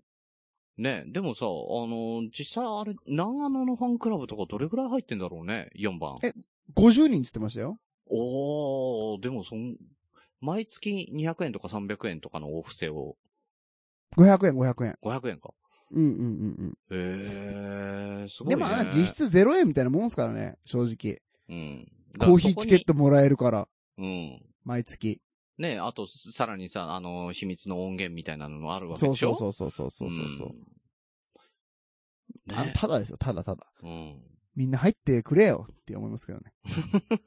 え。ねえ。でもさ、あの、実際あれ、長野のファンクラブとかどれくらい入ってんだろうね ?4 番。
え50人っつってましたよ。
おー、でもそん、毎月200円とか300円とかのお布施を、
500円、500円。
500円か。
うんうんうん
へえー、す
う
ご
ん。
い、ね。
でもあれ実、質0円みたいなもんですからね、正直。
うん。
コーヒーチケッ
ト。
トもらえるから、
うん。
毎月。
ねえ、あと、さらにさ、あの、秘密の音源みたいなのもあるわけ
そ
で
う
しょ
そうそうそうそうそうそう。
うん
あの
ね
ただですよ、ただただ。
うん。
みんな入ってくれよって思いますけどね。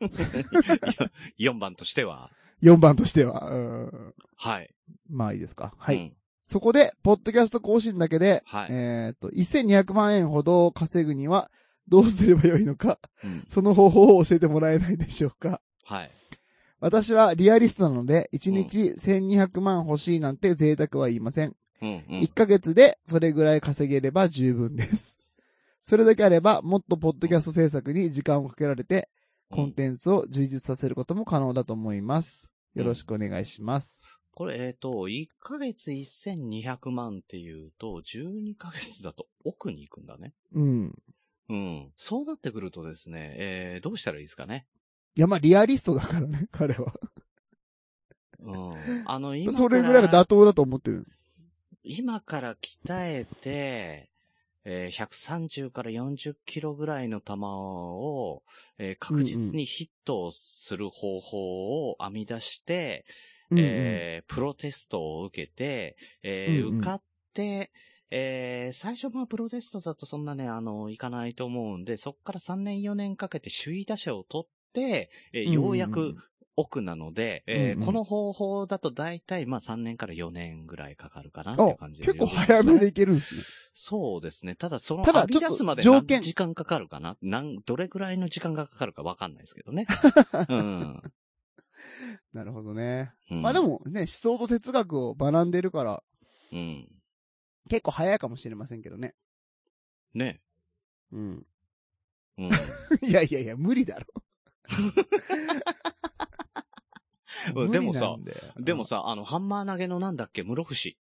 <laughs> 4番としては、
4番としては。うん
はい。
まあいいですか。はい。
うん
そこで、ポッドキャスト更新だけで、
はい。
えっと、1200万円ほど稼ぐには、どうすればよいのか、
うん
その方法を教えてもらえないでしょうか。
はい。
私はリアリストなので、1日1200万欲しいなんて贅沢は言いません。
うん、うん
1。ヶ月でそれぐらい稼げれば十分です。それだけあれば、もっとポッドキャスト制作に時間をかけられて、コンテンツを充実させることも可能だと思います。よろしくお願いします。
これ、えっ、と、1ヶ月1200万っていうと、12ヶ月だと奥に行くんだね。
うん。
うん。そうなってくるとですね、えー、どうしたらいいですかね。
いや、まあ、リアリストだからね、彼は。 <laughs>
うん。あの、今から、
それぐらいが妥当だと思ってる。
今から鍛えて、えー、130から40キロぐらいの球を、えー確実にヒットをする方法を編み出して、
うんうん
えープロテストを受けて、えー
うんうん
受かって、えー最初まあプロテストだとそんなね、あの、いかないと思うんで、そっから3年4年かけて首位打者を取って、えー
うんうんうん
ようやく奥なので、えー
うんうん
この方法だと大体まあ3年から4年ぐらいかかるかなって
あ
感じで
結構早めでいけるんですね。
そうですね。ただその、
ただ
ただ、出すまで
ちょっ
何
と条件
時間かかるかななん、どれぐらいの時間がかかるかわかんないですけど
<laughs>
ね。うん。
なるほどね。
うん
まあで、もね、思想と哲学を学んでるから、
うん。
結構早いかもしれませんけどね。
ね。
うん。 <laughs>
うん。
いやいやいや、無理だろ。
うん
無
で
理
もさ
なんだよ
でも、さ、あの、ハンマー投げのなんだっけ、室伏。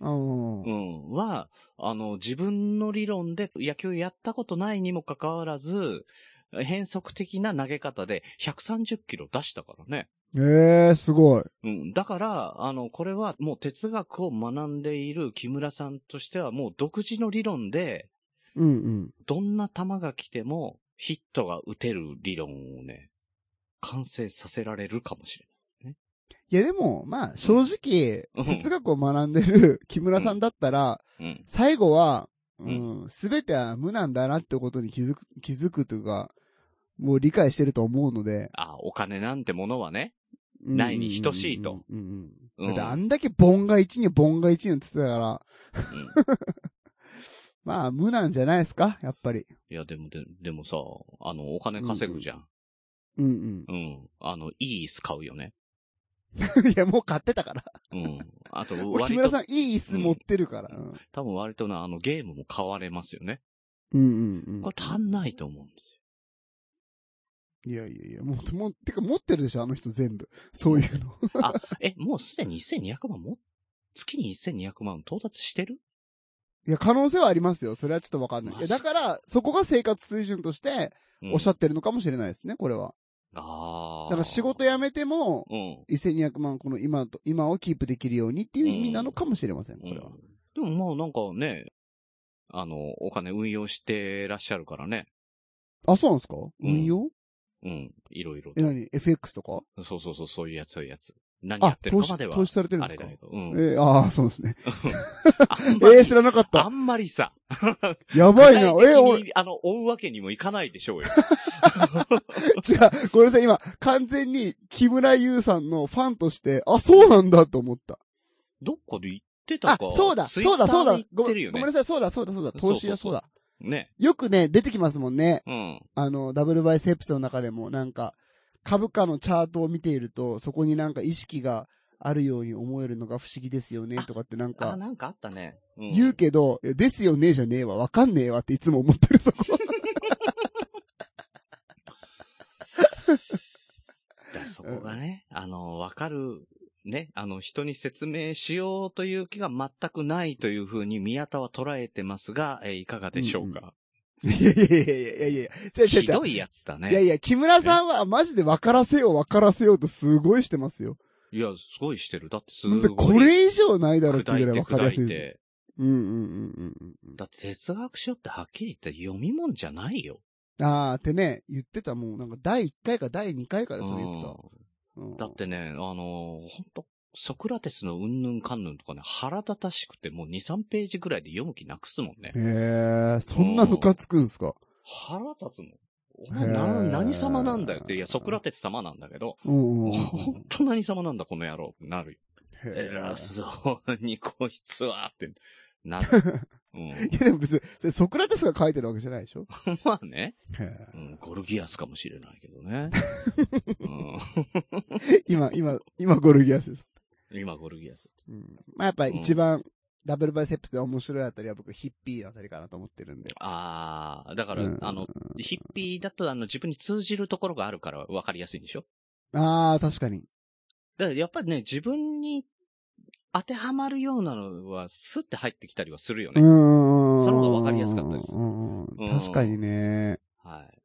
うん。
う
うん
ん。は、あの、自分の理論で野球やったことないにもかかわらず、変則的な投げ方で130キロ出したからね。
ええ、すごい。
うん。だから、あの、これはもう哲学を学んでいる木村さんとしてはもう独自の理論で、
うんうん。
どんな球が来てもヒットが打てる理論をね、完成させられるかもしれ
いやでも、まあ、正直、
うん
哲学を学んでる <laughs> 木村さんだったら、
ない。うん。
最後は、うん、すべては無なんだなってことに気づく、気づくというか、もう理解してると思うので。
あ、お金なんてものはね。
うん
ないに等しいと。
うんうん
うん
だってあんだけボンが1にボンが1にって言ってたから、
うん
まあ、無なんじゃないですかやっぱり。
いや、でも、ででもさ、あの、お金稼ぐじゃん。
うん
うん、あの、いい椅子買うよね。
うん。 <laughs> いや、もう買ってたから。
うん。あ
<laughs>
と、
もう木
割
村
と
さ、ん、いい椅子持ってるから。うん
多分割とな、あの、ゲームも買われますよね。
うんうんうん
これ足んないと思うんです
いやいやいや、もう、もう、てか持ってるでしょ、あの人全部。そういうの。
あ、え、もうすでに1200万も、月に1200万到達してる
いや、可能性はありますよ。それはちょっとわかんない。い
マ
や、
ジ
だから、そこが生活水準として、おっしゃ
ゃ、
ってるのかもしれないですね、これは。
ああ。
だから仕事辞めても、
うん。
1200万、この今と、今をキープできるようにっていう意味なのかもしれません、こ
うん
れは。
でもまあなんかね、あの、お金運用してらっしゃるからね。
あ、そうなんですか運用
うん。いろいろと
え、何 ?FX とか
そうそうそう、そういうやつ、そういうやつ。何や
あ
っ、てる
投
か
資
まで、は
投、資されてるん
あ
で
れ
すか
だけど。うん。
えー、ああ、そうですね。
あん <laughs> まり
えー、知らなかっ
あ
た。
んまりさ、
やばいな。え
具体
ー、
的
俺、
にあの、追うわけにもいかないでし
<laughs>
ょうよ。
違う、ごめんなさい、今、完全に木村優さんのファンとして、あ、そうなんだと思った。
どっかで言ってた
あ
か。、
そうだ、
ツイッタ
そ
ー
うだ、そうだ
で。言
ご
って
めん
るよ
ご
ね
めんな。さい、そうだ、そうだ、そうだ、投資はそうだ。
ね。
よくね、出てきますもんね。
うん。
あの、ダブルバイスエプスの中でも、なんか、株価のチャートを見ていると、そこになんか意識があるように思えるのが不思議ですよね、とかってなん
あ、
か、
なんかあったね。うん
言うけど、いやですよね、じゃねえわ、わかんねえわっていつも思ってる、そこ。
だそこがね、あの、わかる、ね、あの、人に説明しようという気が全くないというふうに宮田は捉えてますが、えーいかがでしょうか、
<laughs> いやいやいやいやいやいや、違う違う
ひ
違う
ど。いやつだね。
いや
い
いや、木村さんはマジで分からせよう分からせようとすごいしてますよ。
や、すごいしてる。だってす
でこ
ごい。
れ以上ないだろうって
砕
いう
い
ぐらい
て
分かりやす
砕い
い。
て。
うんうんうんうん
だって哲学書ってはっきり言って読み物じゃないよ。
うん。あーってね、言ってたもうなんか第1回か第2回かでそれ言ってた。
う
うん
んだってね、あのー、ほんと、ソクラテスのうんぬんかんぬんとかね、腹立たしくてもう2、3ページぐらいで読む気なくすもんね
へ。ー、そんなムカつくんすか
腹立つの。お前
へ
な、
ー
何様なんだよって。いや、ソクラテス様なんだけど、
うん <laughs> うんうん。
本当何様なんだ、この野郎。なるよ。
へー
偉そうにこいつは、って、
<laughs>
なる。うん。
いやでも別に、それソクラテスが書いてるわけじゃないでし <laughs> ょ
まあね、
へ
うん、ゴルギアスかもしれないけど
<laughs>
ね。うん
ー今、今、今ゴルギアスです。
今、ゴルギアス。
うんまあやっぱり一番、ダブルバイセップスで面白いあたりは僕ヒッピーあたりかなと思ってるんで。
ああ、だから、
うん
あの、ヒッピーだと、あの、自分に通じるところがあるから分かりやすいんでしょ
あー、確かに。
だから、やっぱりね、自分に当てはまるようなのは、スッて入ってきたりはするよね。
うん。
その方が分かりやすかったです
う
う
ん
ん
確かにね。
はい。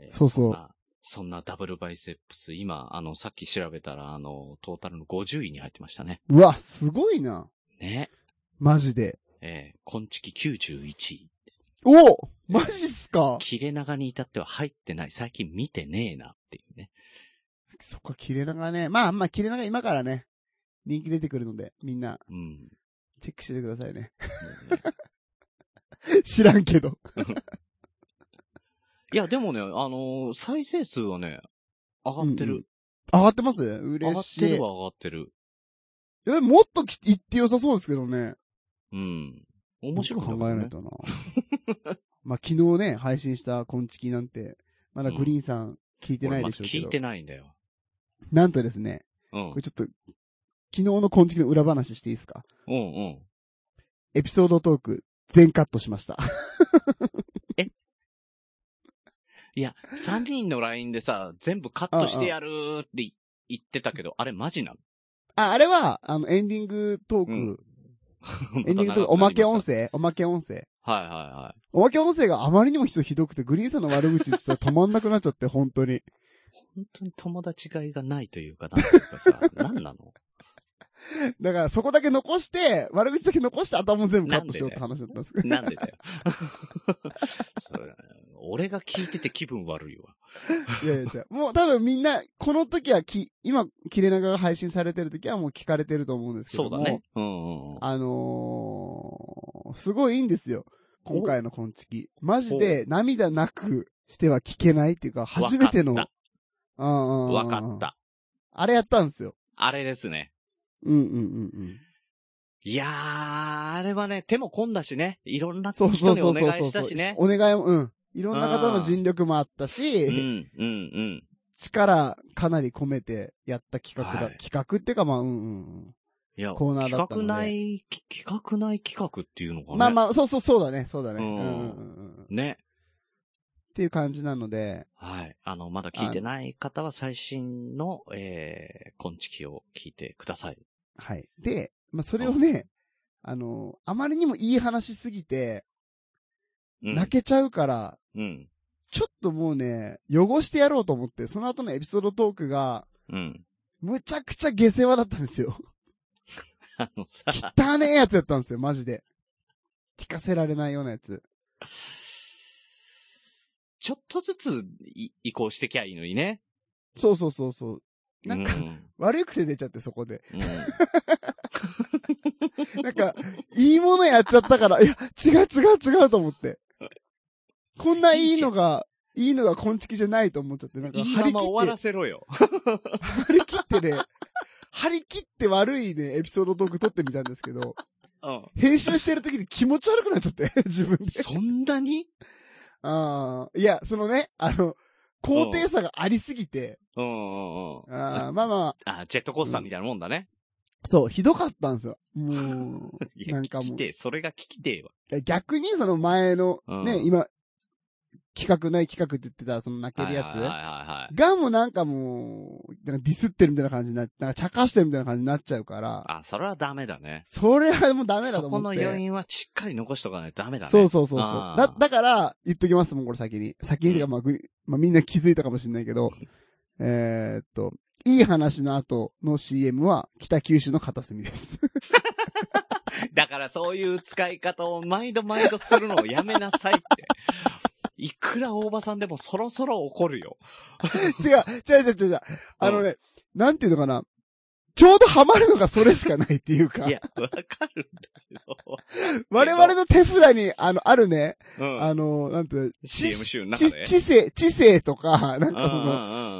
えー
そうそ
そん
う
なそんなダブルバイセップス、今、あの、さっき調べたら、あの、トータルの50位に入ってましたね。
うわ、すごいな。
ね。
マジで。
えー、今月91位。
おマジっす
<laughs>
か
切れ長に至っては入ってない。最近見てねえなっていうね。
そっか、切れ長ね。まあまあ、切れ長今からね、人気出てくるので、みんな、
うん。
チェックしててくださいね。
もうね
<laughs> 知らんけど。
いや、でもね、あのー再生数はね、上がってる。
うんうん上がってます
上が
嬉
っ
しい。
てるは上がってる。
えもっとき行って良さそうですけどね。
うん。面白いんだけ
考
ど
え
ね
ない
<laughs>
とな。まあ、昨日ね、配信したコンチキなんて、まだグリーンさん聞いてないでしょうけ
俺まだ聞い
ど。
てないんだよ。
なんとですね、
うん
これ。ちょっと、昨日のコンチキの裏話していいですか
うんうん。
エピソードトーク、全カットし
<laughs>
ました。
いや、3人の LINE でさ、全部カットしてやるってい言ってたけど、あれマジ <laughs> なの
あ、あれは、あの、エンディングトーク、
うん
エンディングトーク、おまけ音。声、おまけ音声。
また長くなりましたはいはいはい。
おまけ音声があまりにも人ひどくて、グリーンさんの悪口言ってたら止まんなくなっちゃって、本当に。
本当に友達がいがないというか、なんていうか <laughs> さ、何なの
だから、そこだけ残して、悪口だけ残して、頭も全部カットしようって話だったんですけど。
なんでだよ。 <laughs> それ俺が聞いてて気分悪いわ。
いやいや、違うもう多分みんな、この時はき、今、切れ長が配信されてる時はもう聞かれてると思うんですけ
そ
ども。
うだね。。うんうんうん。
あのー、すごいいいんですよ。今回のこのチキ。マジで涙なくしては聞けないっていうか、初めての。
わかっ
うん
た。
うん
わかっ。た。
あれやったんですよ。
あれですね。
うんうんうん
いやー、あれはね、手も込んだしね。いろんな
う
人
ん。そう
に
そ
お
うそう
願
そう
いしたしね。
お願いも、うん。いろんな方の尽力もあったし、
うん、うん、うん。
力かなり込めてやった企画だ。
はい
企画っていうかまあ、うんうん
いや、
コーナーだったの
企
で
画ない、き企画ない企画っていうのか
う
ね。
ん。まあまあ、そうそうそうだね、そうだね。
う
うんんうんうんうん。
ね。
っていう感じなので、
はい。あの、まだ聞いてない方は最新の、えー、コンチキを聞いてください。
はい。で、まあ、それをね、あの、あまりにもいい話すぎて、
うん。
泣けちゃうから、
うん。
ちょっともうね、汚してやろうと思って、その後のエピソードトークが、
うん。 <laughs>
むちゃくちゃ下世話だったんですよ。
あのさ、
汚ねえやつやったんですよ、マジで。聞かせられないようなやつ。
ちょっとずつい移行してきゃいいのにね。
そうそうそうそう。なんか
うん
悪い癖出ちゃって、そこで。 <laughs>
うん
なんか、いいものやっちゃったから、いや、違う違う違うと思って。こんないいのが、いいのが根付きじゃないと思っちゃって、なんか
いい
張
ま
り
ま終
切
わ
って
ら、せろよ。
張り切ってね、張り切って悪いね、エピソードトーク撮ってみたんですけど、 <laughs>
うん。
編集してる時に気持ち悪くなっちゃって、 <laughs> 自分で。
そんなに
ああ、いや、そのね、あの、高低差がありすぎて、
うんうんうん。
あーまあまあ、
あ、ジェットコースターみたいなもんだね。
そう、ひどかったんですよ。もう、
<laughs> いや
なんかもう
聞きてえ、それが聞きてえわ。
逆にその前の、ね、
うん
今、企画ない企画って言ってた、その泣けるや
はいは
つ。
いはいはいはい。
がもうなんかもう、なんかディスってるみたいな感じになっなんか茶化してるみたいな感じになっちゃうから、
あ、それはダメだね。
それはもうダメだ
そ
と
こ
思っ
の
て。
余韻はしっかり残しとかないとダメだね。
そうそうそうそう。
あー
だ、だから、言っときますもん、これ先に。先にというか、まあ、ぐりまあ、みんな気づいたかもしれない
<laughs>
けど、えーっと、いい話の後の CM は、北九州の片隅です。
だからそういう使い方を毎度毎度するのをやめなさいっ
<laughs>
て。いくら大場さんでもそろそろ怒るよ。
違う、違う違う違う違う。あのね、なんていうのかな。ちょうどハマるのがそれしかないっていうか
い、や、わかるんだけど。
<laughs> 我々の手札に、あの、あるね、
うん。
あの、なんて、
CM
知
集の中
知
で。
知性、知性とか、 <laughs> なんかその、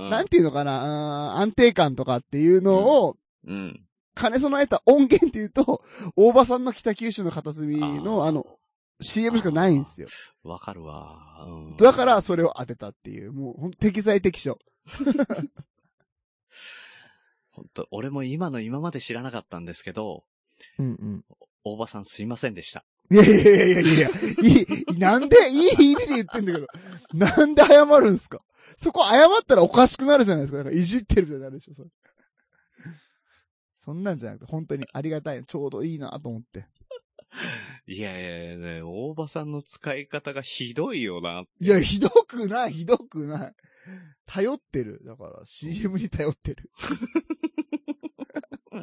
の
なんていうのかな、あー安定感とかっていうのを、
うん。
兼ね備えた音源っていうと、 <laughs> 大場さんの北九州の片隅の、
あー
あの、CM しかないんですよ。
わかるわ。うん
だから、それを当てたっていう、もう、ほんと適材適所。
本当俺も今の今まで知らなかったんですけど、
うんうん。
大場さんすいませんでした。
いやいやいやいやいや、いい、なんで、いい意味で言ってんだけど、なんで謝るんすかそこ謝ったらおかしくなるじゃないですか。だからいじってるみたいになるでしょ、それ。そんなんじゃなくて、本当にありがたい。ちょうどいいなと思って。
いやいやいや、ね、大場さんの使い方がひどいよな。
いや、ひどくない、ひどくない。頼ってる。だから、CM に頼ってる。
<laughs>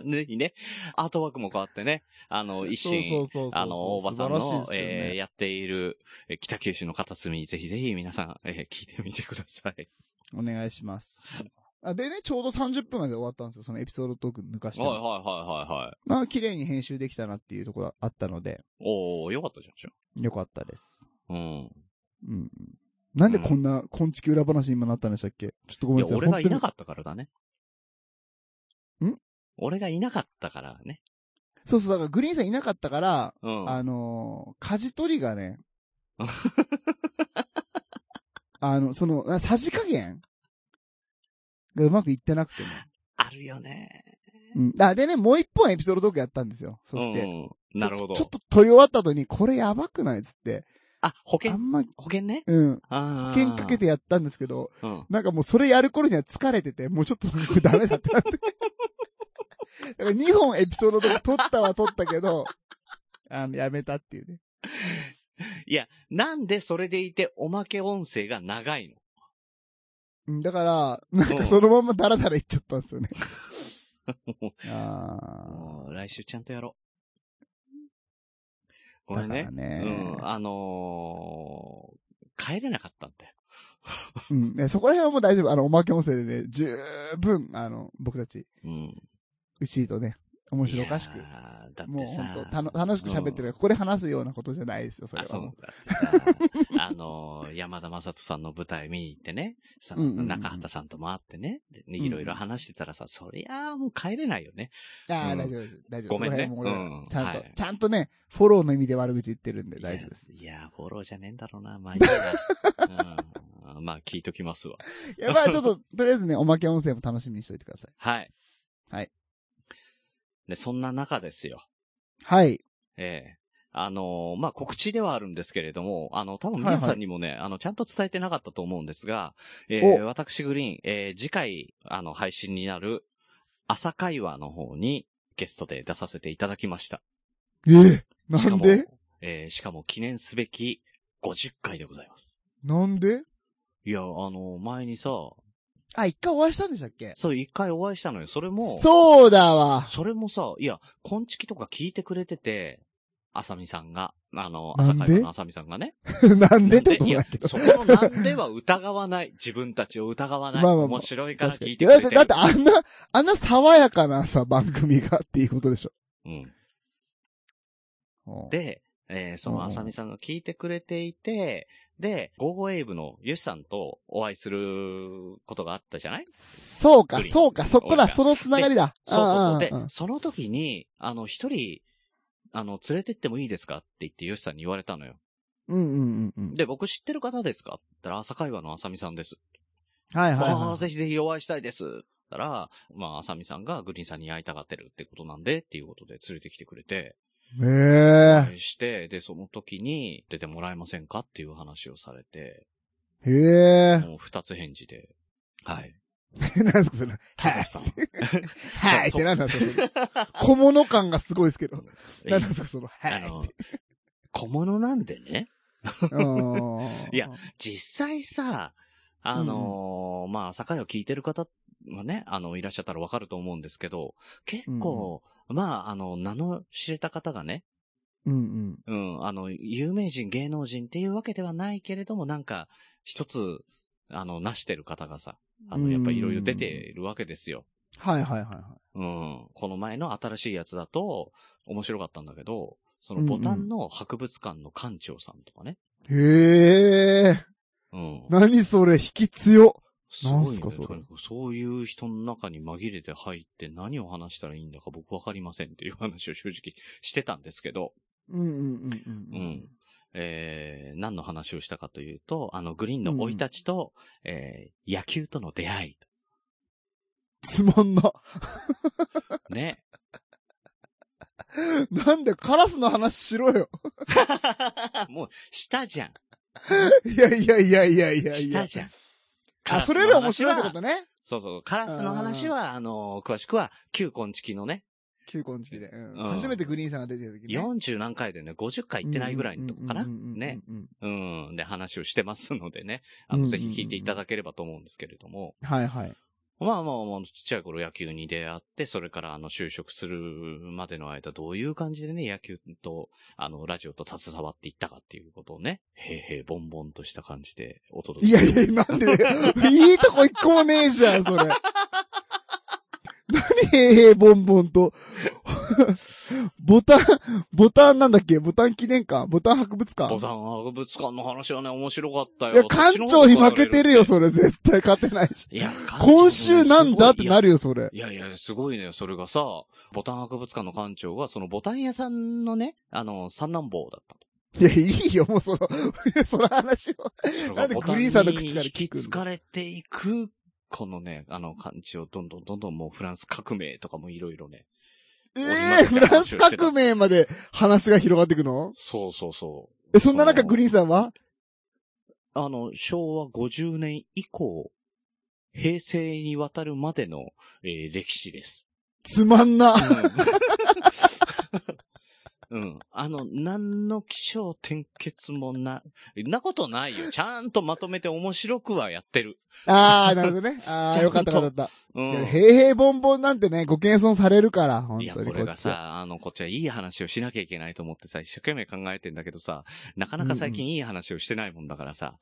ね、ね。アートワークも変わってね。あの、一
そうそう
心、
そうそう。
あの、大場さん
素晴
の
ら、しいですよ
えー
ね
やっている、えー北九州の片隅、ぜひぜひ皆さん、えー聞いてみてください。
お願いします。あでね、ちょうど30分まで終わったんですよ。そのエピソードトーク抜かして
はい
も。
はいはいはいはい。
まあ、綺麗に編集できたなっていうところあったので、
おー、よかったじゃん、じ
よかったです。
ゃん。
うん。なんでこんな、こんちき裏話に今なったんでしたっけちょっとご
うん。い
めん
や
な、さい。
俺がいな
っ
かったからだね。
ん
俺がいなかったからね。
た。そうそう、だからグリーンさんいなかったから、
うん。
あのー、舵取り
<laughs>
がね、あの、その、あさじ加減がうまくいってなくてね。
あるよね。
うん。あ、でね、もう一本エピソードトークやったんですよ。そして。
うん、なるほど。
ちょちょっと取り終わった後に、これやばくないっつって。
あ、保
あ
険、
んま、
保険ね。
うん。
あ
保
ー
険かけ。てやったんですけど、
うん。
なんかもうそれやる頃には疲れてて、もうちょっとなん
<laughs>
かダメだったなって。だから2本エピソードとか撮ったは撮ったけど、あの、やめたっていうね。
いや、なんでそれでいておまけ音声が長いの
うんだから、なん
う
か
ん
そのままダラダラいっちゃったんです
<laughs>
よね
もう。
あ
もう来週ちゃんとやろう。
あ。
ごめんね
だから。
うん
ね。、
あのー帰れなかったんだよ。
うん。ねそこら辺はもう大丈夫。あの、おまけ音声でね、十分、あの、僕たち、
うん。
牛とね、面白おかしく
い。やーだっ
もう
てさ。
本当たの楽しく喋ってるから、ここで話すようなことじゃないですよ、それ
あ、
は
そう
も
だってさ。あのー山田雅人さんの舞台見に行ってね、さ、
うんうんうん
中畑さんとも会ってね、でね
うん
いろいろ話してたらさ、そりゃあもう帰れないよね。
う。ああ、
うん
大丈夫です、大丈夫。
ごめんね
その辺はもう俺ら
うん
ちゃんと、
はい
ちゃんとね、フォローの意味で悪口言ってるんで大丈夫です。
いや。いやー、フォローじゃねえんだろうな、まあいい
<laughs>
や、うん。まあ聞いときますわ。
いや、まあち
<laughs>
ょっと、とりあえずね、おまけ音声も楽しみにしといてください。
はい。
はい。
で、そんな中ですよ。
はい。
ええあのーまあ、告知ではあるんですけれども、あの、多分皆さんにもね、あの、ちゃんと伝えてなかったと思うんですが、えー
お
私グリーン、えー次回、あの、配信になる、朝会話の方にゲストで出させていただきました。
ええ
し
な
か
ん
も
で
えーしかも記念すべき50回でございます。
なんで
いや、あの、前にさ、
あ、一回お会いしたんでしたっけ
そう、一回お会いしたのよ。それも、
そうだわ。 <laughs>
それもさ、いや、こんちきとか聞いてくれてて、あさみさんが、あの、
なんで
朝会話のあさみさんがね。
なんでってこと
い
な
や
いけ、ど。
そこのなんでは疑わない。自分たちを疑わない。
まあまあまあ
面白いから
確か
聞
に
いてくれてる。
だって、だってあんな、あんな爽やかなさ、番組がっていうことでしょ。
うん。
うん
で、えーそのあさみさんが聞いてくれていて、で、ゴーゴーエイブのヨシさんとお会いすることがあったじゃない
そうか、
グリーン
そうか、そこ
オイ
だ、
ラ
そのつながりだ。
そうそうそう。
ん
で
んん、
その時に、あの、一人、あの、連れてってもいいですかって言ってヨシさんに言われたのよ。
うんうんうんうん。
で、僕知ってる方ですかって言ったら、朝会話のあさみさんです。
はいはい
あ
は
あ、ぜひぜひお会いしたいです。たら、まあ、あさみさんがグリーンさんに会いたがってるってことなんで、っていうことで連れてきてくれて、
い。へ
お
え
会いして、で、その時に出てもらえませんかっていう話をされて、
ー。へ
もう二つ返事で、はい。
<laughs> え。なんすかそれ。
たけしさん。
はいってなんだそれ。小物感がすごいですけど。 <laughs> なんなんですかその、は
あ
い。
の、小物なんでね、
うん
<laughs> いや、実際さ、あのーまあ、坂井を聞いてる方はね、あの、いらっしゃったらわかると思うんですけど、結構、まあ、あの、名の知れた方がね、
うんうん。
うん、あの、有名人、芸能人っていうわけではないけれども、なんか、一つ、あの、なしてる方がさ、あの、やっぱりいろいろ出ているわけですよ。
はいはいはいはい。
うん。この前の新しいやつだと、面白かったんだけど、そのボタンの博物館の館長さんとかね。
へえ。
うん。
何それ、引き強。
すごいね
なんすかそれ
とにかくそういう人の中に紛れて入って何を話したらいいんだか僕わかりませんっていう話を正直してたんですけど、
うんうんうん
う。
うんん。
えー、何の話をしたかというと、あの、グリーンの生い立ちと、えー、野球との出会い。
つまんな。
ね。
なんでカラスの話しろよ。
もう、したじゃん。
いやいやいやいやいやい
し
や
た。じゃん。
あ、それより面
話
白い
は
ってことね。
そうそう。カラスの話は、あの詳しくは、旧根付きのね、
旧婚式で。うん
うん
初めてグリーンさんが出てる時ね。
40何回でね、50回行ってないぐらいのとこかな。
うんうんうんうんうん
ね。。うん、で話をしてますのでね、あ
うん
の、
うんうん
ぜひ聞いていただければと思うんですけれども、
はいはい。
まあまあまあ、ちっちゃい頃野球に出会って、それからあの、就職するまでの間、どういう感じでね、野球と、あの、ラジオと携わっていったかっていうことをね、へいへいぼんぼんとした感じでお届け
いやいや、なんで、いいとこ一個もねえじゃん、それ。何、へえへえ、ボンボンと。ボタン、ボタンなんだっけボタン記念館ボタン博物館
ボタン博物館の話はね、面白かったよ。
いや、館長に負けてるよ、それ。絶対勝てないし。
いや、
今週なんだってな
る。
るよ、それ。
いやいや、すごいね、それがさ、ボタン博物館の館長が、そのボタン屋さんのね、あの、三男坊だった。
いや、いいよ、もうその、 <laughs> いやその話を。なんでグリーンさんの口から
引
聞くの
きつかれていく、このね、あの感じをどんどんどんどんもうフランス革命とかもいろいろね。
え
今
えフランス革命まで話が広がっていくの
そうそうそう。
え、そんな中、グリーンさんは
あの、昭和50年以降、平成にわたるまでの、えー歴史です。
つまんな。
うん。うん。あの、何の気象転結もな、なことないよ。ちゃんとまとめて面白くはやってる。
あー、なるほどね。あ
ちゃん
ー、
と
よかった、よかった。
うん。
いや平平凡凡なんてね、ご謙遜されるから、本
いや、
当に
これが
っ
さ、あの、こっちはいい話をしなきゃいけないと思ってさ、一生懸命考えてんだけどさ、なかなか最近いい話をしてないもんだからさ、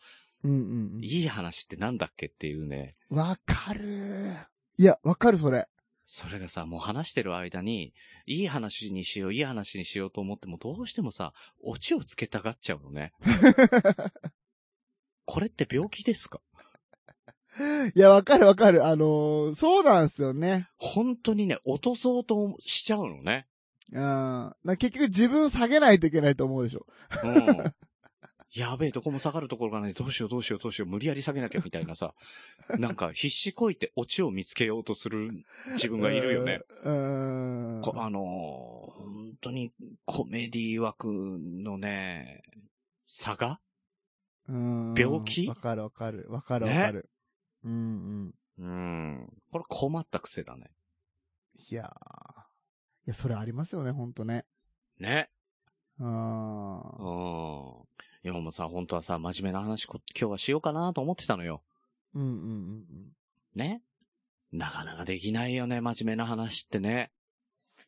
ちは。うんうん
いい話ってなんだっけっていうね、
うん。わかるー。いや、わかる、それ。
それがさ、もう話してる間に、いい話にしよう、いい話にしようと思っても、どうしてもさ、オチをつけたがっちゃうの
<laughs>
ね。これって病気ですか
いや、わかる、わかる。あのー、そうなんすよね。
本当にね、落とそうとしちゃうのね。
うん。な結局自分下げないといけないと思うでしょ。
うん。やべえ、どこも下がるところがない。どうしよう、どうしよう、どうしよう。無理やり下げなきゃ、みたいな
<laughs>
さ。なんか、必死こいてオチを見つけようとする自分がいるよね。
うん。うん
こあのー本当にコメディ枠のね、差が
うん
病気
わかるわかる。わかるわかる。うんうん。
うん。これ困った癖だね。
いやーいや、それありますよね、ほんとね。
ね。
あ
うん。今もさ、本当はさ、真面目な話こ、今日はしようかなと思ってたのよ。
ーうんうんうんうん。
ね。なかなかできないよね、真面目な話ってね。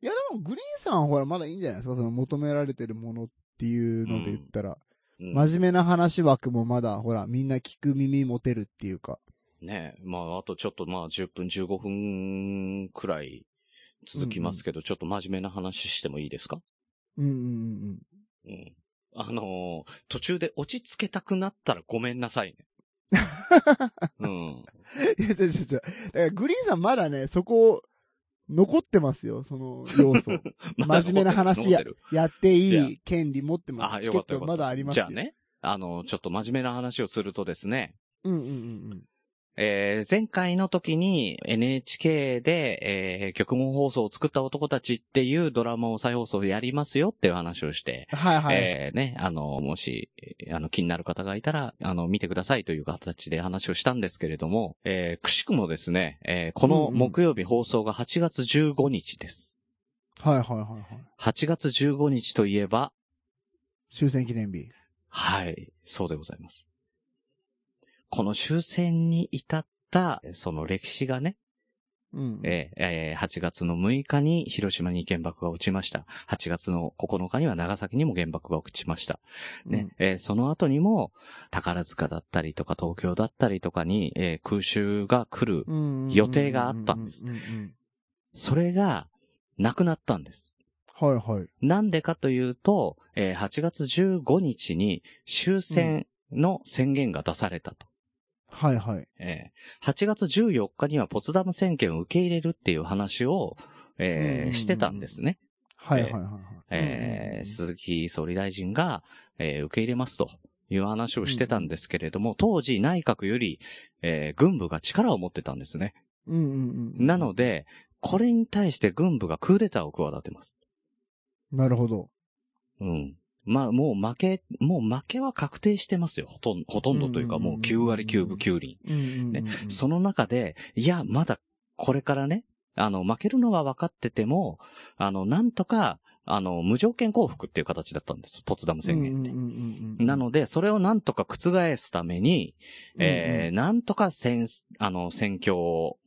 いや、でも、グリーンさんはほら、まだいいんじゃないですかその求められてるものっていうので言った
う
ら。
ん
真面目な話枠もまだ、ほら、みんな聞く耳持てるっていうか。
ね。まあ、あとちょっとまあ、10分、15分くらい続きますけど、ちょっと真面目な話してもいいですか
うんうんうん <laughs> う
う
ん。
ん。あのー途中で落ち着けたくなったらごめんなさいね。
<laughs>
うん。
いや、ちょちょちょ。だからグリーンさんまだね、そこ、残ってますよ、その
<laughs>
要素。真面目な話や
残ってる
やって
いや
いい権利持ってま
あ、
す。チ
よ
ケ
か
ッ
ったよ
ト
かった。
まだあります
じ
よ。
ゃあ。ね、あの、ちょっと真面目な話をするとですね、
うんうんうん
えー前回の時に NHK で、えー、曲本放送を作った男たちっていうドラマを再放送やりますよっていう話をして、
うん。はいはい。
えーね、あの、もし、えーあの、気になる方がいたら、あの、見てくださいという形で話をしたんですけれども、えーくしくもですね、えーこの
うんうん
木曜日放送が8月15日です。
はいはいはいはい。
8月15日といえば、
終戦記念日。
はい、そうでございます。この終戦に至った、その歴史がね、
うん。
えーえー8月の6日に広島に原爆が落ちました。8月の9日には長崎にも原爆が落ちました。ね、えーその後にも、宝塚だったりとか東京だったりとかに、えー空襲が来る。
うん。うん
予定があったんです
うううん
それが、なくなったんです。
はいはい。
なんでかというと、えー8月15日に終戦の宣言が出されたと。
はいはい。
えー8月14日にはポツダム宣言を受け入れるっていう話を、
うんうんうん
え
う
ー
ん
してたんですね。
はいはいはいはい。
えー
うん
鈴木総理大臣が、えー受け入れますという話をしてたんですけれども、当時内閣より、えー軍部が力を持ってたんですね。
うんうんうん。
なので、これに対して軍部がクーデターを企てます。
なるほど。
うん。まあ、もう負け、もう負けは確定してますよ。ほとんど、ほとんどというか、もう9割9分9厘。
うんうんうんうん。
その中で、いや、まだ、これからね、あの、負けるのは分かってても、あの、なんとか、あの、無条件降伏っていう形だったんです。ポツダム宣言って。
うんうんうんうん
なので、それをなんとか覆すために、えーなんとか戦、あの、戦況を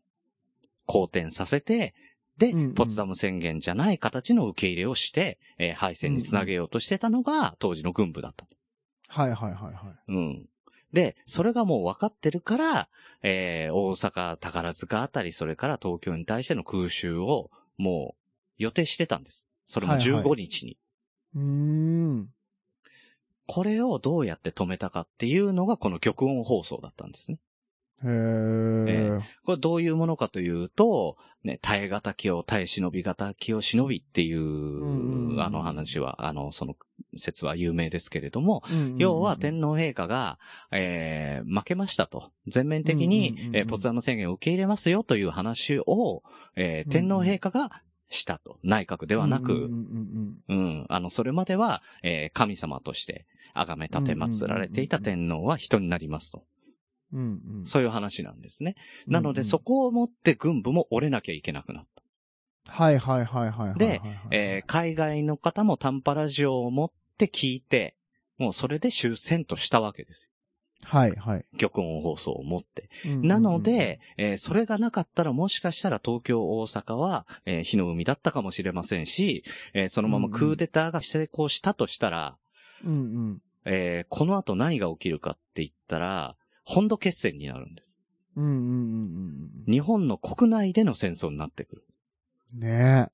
好転させて、で、
うんうん
ポツダム宣言じゃない形の受け入れをして、えー敗戦につなげようとしてたのが、当時の軍部だった。
はいはいはいはい。
うん。で、それがもう分かってるから、えー大阪、宝塚あたり、それから東京に対しての空襲を、もう、予定してたんです。それも
はいはい
15日に。
うーん。
これをどうやって止めたかっていうのが、この極音放送だったんですね。
へー。
これどういうものかというと、ね、耐え難きを耐え忍び難きを忍びっていう、
んうん
あの話は、あの、その説は有名ですけれども、
うんうんうん
要は天皇陛下が、えー負けましたと。全面的に、
うんうんうんうん
えーポツダム宣言を受け入れますよという話を、えー天皇陛下がしたと。内閣ではなく、
うんうんうん
うん。あの、それまでは、えー神様として、崇め立て祀られていた天皇は人になりますと。
うんうんうんうん
そういう話なんですね。なの
うんう
で、
ん
そこをもって軍部も折れなきゃいけなくなった。
はいはいはいはいはいはい。
で、えー海外の方も短波ラジオを持って聞いて、もうそれで終戦としたわけです
はいはい。
よ。極音放送を持って。
うんうんうん
なの、で、えーそれがなかったらもしかしたら東京、大阪は、えー火の海だったかもしれませんし、えーそのままクーデターが成功したとしたら、
うんうん。
えーこの後何が起きるかって言ったら、本土決戦になるんです。
うんうんうん
日本の国内での戦争になってくる。
うん。ね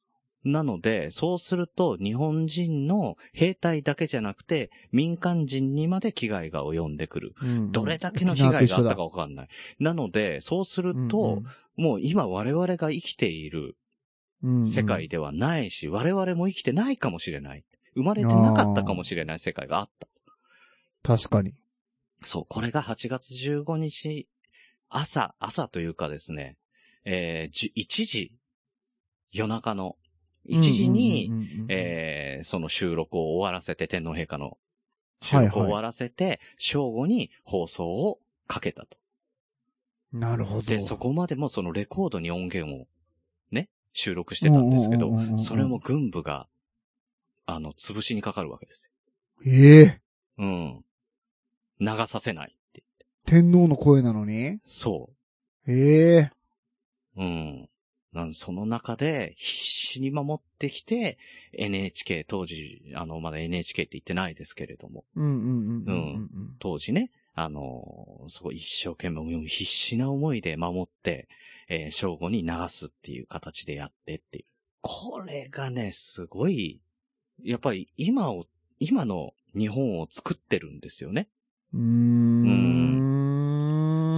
なので、そうすると日本人の兵隊だけじゃなくて民間人にまで危害が及んでくる。
え。うんうん
どれだけの被害があったかわかんない。なので、そうすると、、もう今我々が生きている世界ではないし、我々も生きてないかもしれない。生まれてなかったかもしれない世界があった。
確かに。
そう、これが8月15日、朝、朝というかですね、えー、じ1時、夜中の、1時に、
うんうんうんうん、
えーその収録を終わらせて、天皇陛下の収録を終わらせて、正午に放送をかけたと。
なるほど。
で、そこまでもそのレコードに音源をね、収録してたんですけ
うんう
ど
んうんうんう、ん
それも軍部が、あの、潰しにかかるわけです
ええ
よ。うん。流させないって。
天皇の声なのに
そ
ええ
う。うん。なんその中で必死に守ってきて、NHK 当時、あの、まだ NHK って言ってないですけれども、
うんうんうんうんうん
当時ね、あの、すごい一生懸命、もう必死な思いで守って、えー正午に流すっていう形でやってっていう。これがね、すごい、やっぱり今を、今の日本を作ってるんですよね。
うん。うー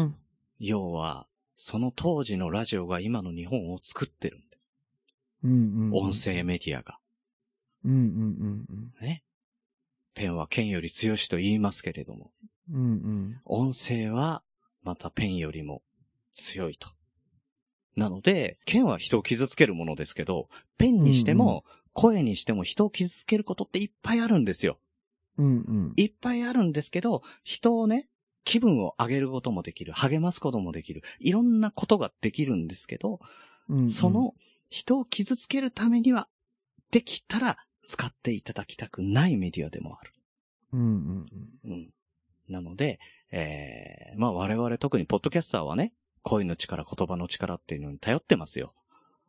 ん。
要は、その当時のラジオが今の日本を作ってるんです。
うんうん。
音。声メディアが。
うんうんうんうん。
ね。ペンは剣より強しと言いますけれども、
うんうん。
音声はまたペンよりも強いと。なので、剣は人を傷つけるものですけど、ペンにして
うん
も、声にしても人を傷つけることっていっぱいあるんですよ。
うんうん。
いっぱいあるんですけど、人をね、気分を上げることもできる、励ますこともできる、いろんなことができるんですけど、
うんうん
そ、の人を傷つけるためには、できたら使っていただきたくないメディアでもある。
うんうん
うん。なので、えー、まあ我々特にポッドキャスターはね、声の力、言葉の力っていうのに頼ってますよ。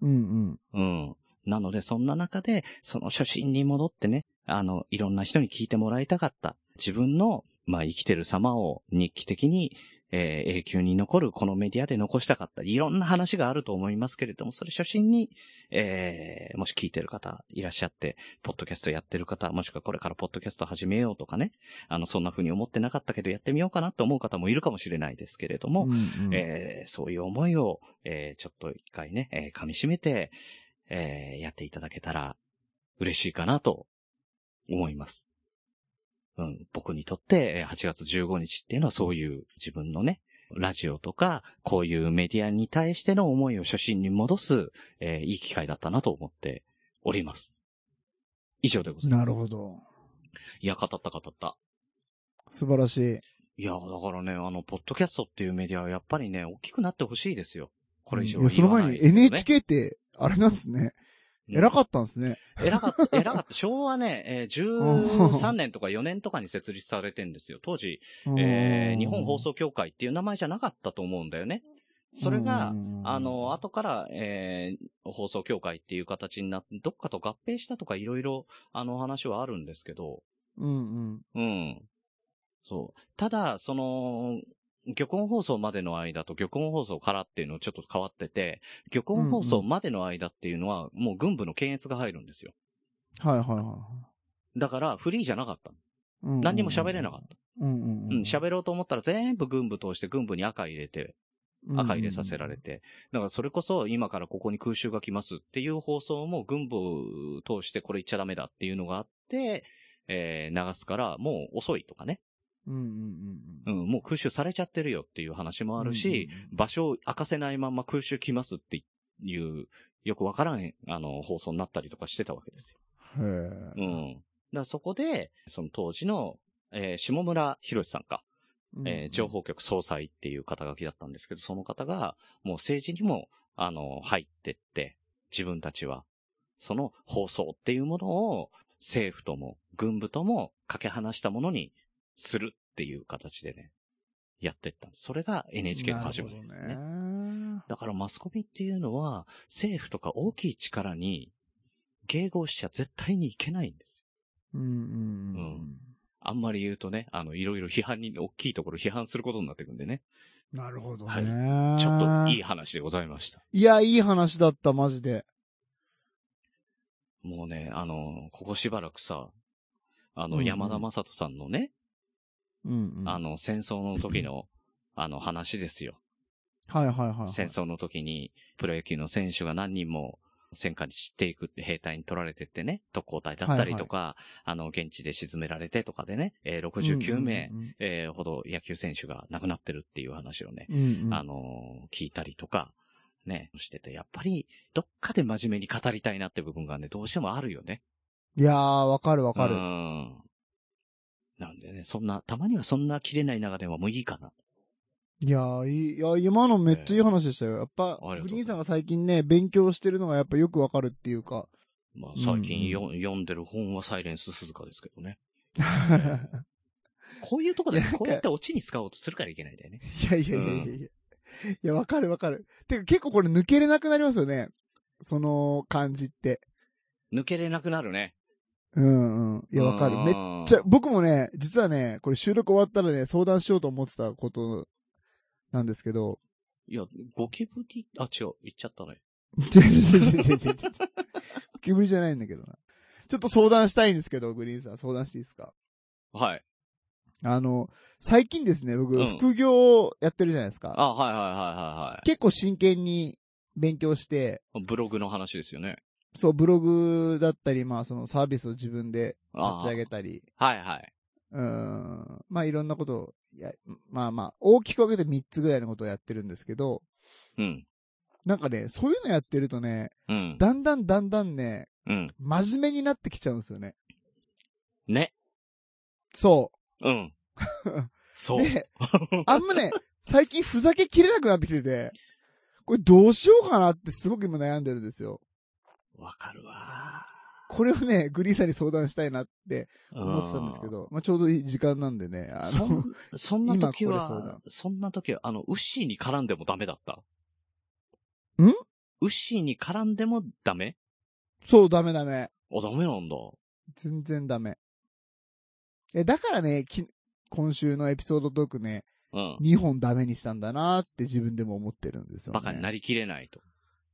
うん。うん
うん。なので、そんな中で、その初心に戻ってね、あの、いろんな人に聞いてもらいたかった。自分の、まあ、生きてる様を日記的に、えー永久に残るこのメディアで残したかった。いろんな話があると思いますけれども、それ初心に、えーもし聞いてる方いらっしゃって、ポッドキャストやってる方、もしくはこれからポッドキャスト始めようとかね、あの、そんな風に思ってなかったけど、やってみようかなと思う方もいるかもしれないですけれども、
うん。うんうん
えーそういう思いを、えーちょっと一回ね、えー噛み締めて、えーやっていただけたら嬉しいかなと思います。うん、僕にとってえー8月15日っていうのはそういう自分のね、ラジオとか、こういうメディアに対しての思いを初心に戻す、えーいい機会だったなと思っております。以上でございます。
なる
ど。
ほど。
いや、語った語った。
素晴らしい。
いや、だからね、あの、ポッドキャストっていうメディアはやっぱりね、大きくなってほしいですよ。これ以上
いや、そ
言
の
わ
前
ないです
に
よね。
NHK って、あれなんですね。偉か
っ
ったんですね。
た。偉かった、偉かった。昭和ね、えー13年とか4年とかに設立されてんですよ。当時、えー日本放送協会っていう名前じゃなかったと思うんだよね。それが、
うん、
あの、後から、えー放送協会っていう形になって、どっかと合併したとかいろいろ、あの話はあるんですけど、
うんうん。
うん。そう。ただ、その、漁港放送までの間と漁港放送からっていうのちょっと変わってて、漁港放送までの間っていうのはもう軍部の検閲が入るんですよ。
はいはいはい。
だからフリーじゃなかったの。
うんうんうん
何にも喋れなかっ。た。
うんうん
うん、喋ろうと思ったら全部軍部通して軍部に赤入れて、
うん。
赤入れさせられて。だからそれこそ今からここに空襲が来ますっていう放送も軍部通してこれ言っちゃダメだっていうのがあって、えー流すからもう遅いとかね。
うんうんうん
う
うん。
ん、もう空襲されちゃってるよっていう話もあるし、場所を明かせないまま空襲来ますっていう、よくわからん、あの、放送になったりとかしてたわけですよ。
うんうん、
う
へえ。
ん。だからそこで、その当時の、えー下村博さんか、えー情報局総裁っていう肩書きだったんですけど、その方が、もう政治にも、あの、入ってって、自分たちは、その放送っていうものを、政府とも、軍部とも、かけ離したものにするっていう形でね、やってったんです。それが NHK の始まりです
なる
ね
ほ。どね
だからマスコミっていうのは、政府とか大きい力に、迎合しちゃ絶対にいけないんですよ。
うんうんう。
うんあんまり言うとね、あの、いろいろ批判に、大きいところ批判することになってくんでね。
なるほど
はい
ね。
ちょっといい
い。
話でございました。
いや、いい話だった、マジで。
もうね、あの、ここしばらくさ、あ
うん
の、
うん
山田正人さんのね、
うんうん。
あ、の、戦争の時の、あの話ですよ。
はいはいはいはい。
戦争の時に、プロ野球の選手が何人も、戦火に散っていくって兵隊に取られてってね、特攻隊だったりとか、あの、現地で沈められてとかでね、えー69名、
うん
えーほど野球選手が亡くなってるっていう話をね、
うんうん。うんうん
あのー聞いたりとか、ね、してて、やっぱり、どっかで真面目に語りたいなって部分がね、どうしてもあるよね。
いやー、わかるわか
う
る。
ん。なんでね、そんな、たまにはそんな切れない長電話もいいかな。
いやー、いい、いや、今のめっちゃいい話でしたよ。やっ
あり
ぱ
がとうござい、ま
グ
す
リーンさんが最近ね、勉強してるのがやっぱよくわかるってい
<laughs>
うか。
まあ、最近よ、読んでる本はサイレンス鈴鹿ですけどね。こういうとこで、
いやなんか
こうやってオチに使おうとするからいけないんだよね。
いやいやいやいやいや。いや、わかるわかる。てか結構これ抜けれなくなりますよね。その感じって。
抜けれなくなるね。
うんうん。いや、わかる。めっ
っ
ちゃ、僕もね、実はね、これ収録終わったらね、相談しようと思ってたことなんです
<laughs>
けど。
いや、ゴキブリ、あ、違う、言っちゃったね。
ちょちょちょちょちょちょゴキブリじゃないんだけどな。ちょっと相談したいんですけど、グリーンさん、相談していいですか
はい。
あの、最近ですね、僕、
うん
副業をやってるじゃないですか。
あ、はいはいはいはいは
結構真剣に勉強して、
い。ブログの話ですよね。
そう、ブログだったり、まあ、そのサービスを自分で
あ
立ち上げたり、
はいはい。
うん、まあ、いろんなことをや、まあまあ、大きく分けて3つぐらいのことをやってるんですけど、
うん。
なんかね、そういうのやってるとね、
うん。
だんだんだんだんね、
うん。
真面目になってきちゃうんですよね。
ね。
そ。
うん。そうう。 <laughs>
で、あんまね、最近ふざけきれなくなってきてて、これどうしようかなってすごく今悩んでるんですよ。
わかるわ。
これをね、グリーンさんに相談したいなって思ってたんですけ
ど。
ど、まあちょうどいい時間なんでね、あ
そ
の
ん、そんな時
今これそうだ
は、そんな時は、あの、ウッシーに絡んでもダメだった。
ん
ウッシーに絡んでもダメ
そう、ダメダメ。
あ、ダメなんだ。
全然ダメ。え、だからね、き今週のエピソードトークね、
うん。
2本ダメにしたんだなって自分でも思ってるんですよ、ね。
バカになりきれないと。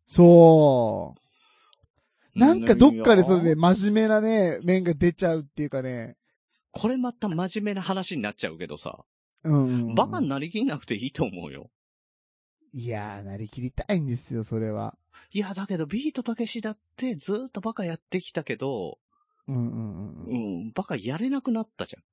そう。なんかどっかでそれね、真面目なね、面が出ちゃうっていうかね。
これまた真面目な話になっちゃうけどさ。
うんうんうん。
バカになりきんなくていいと思うよ。
いやー、なりきりたいんですよ、それは。
いや、だけどビートたけしだってずーっとバカやってきたけど、
うんう
う
んうん
ん、バカやれなくなったじゃん。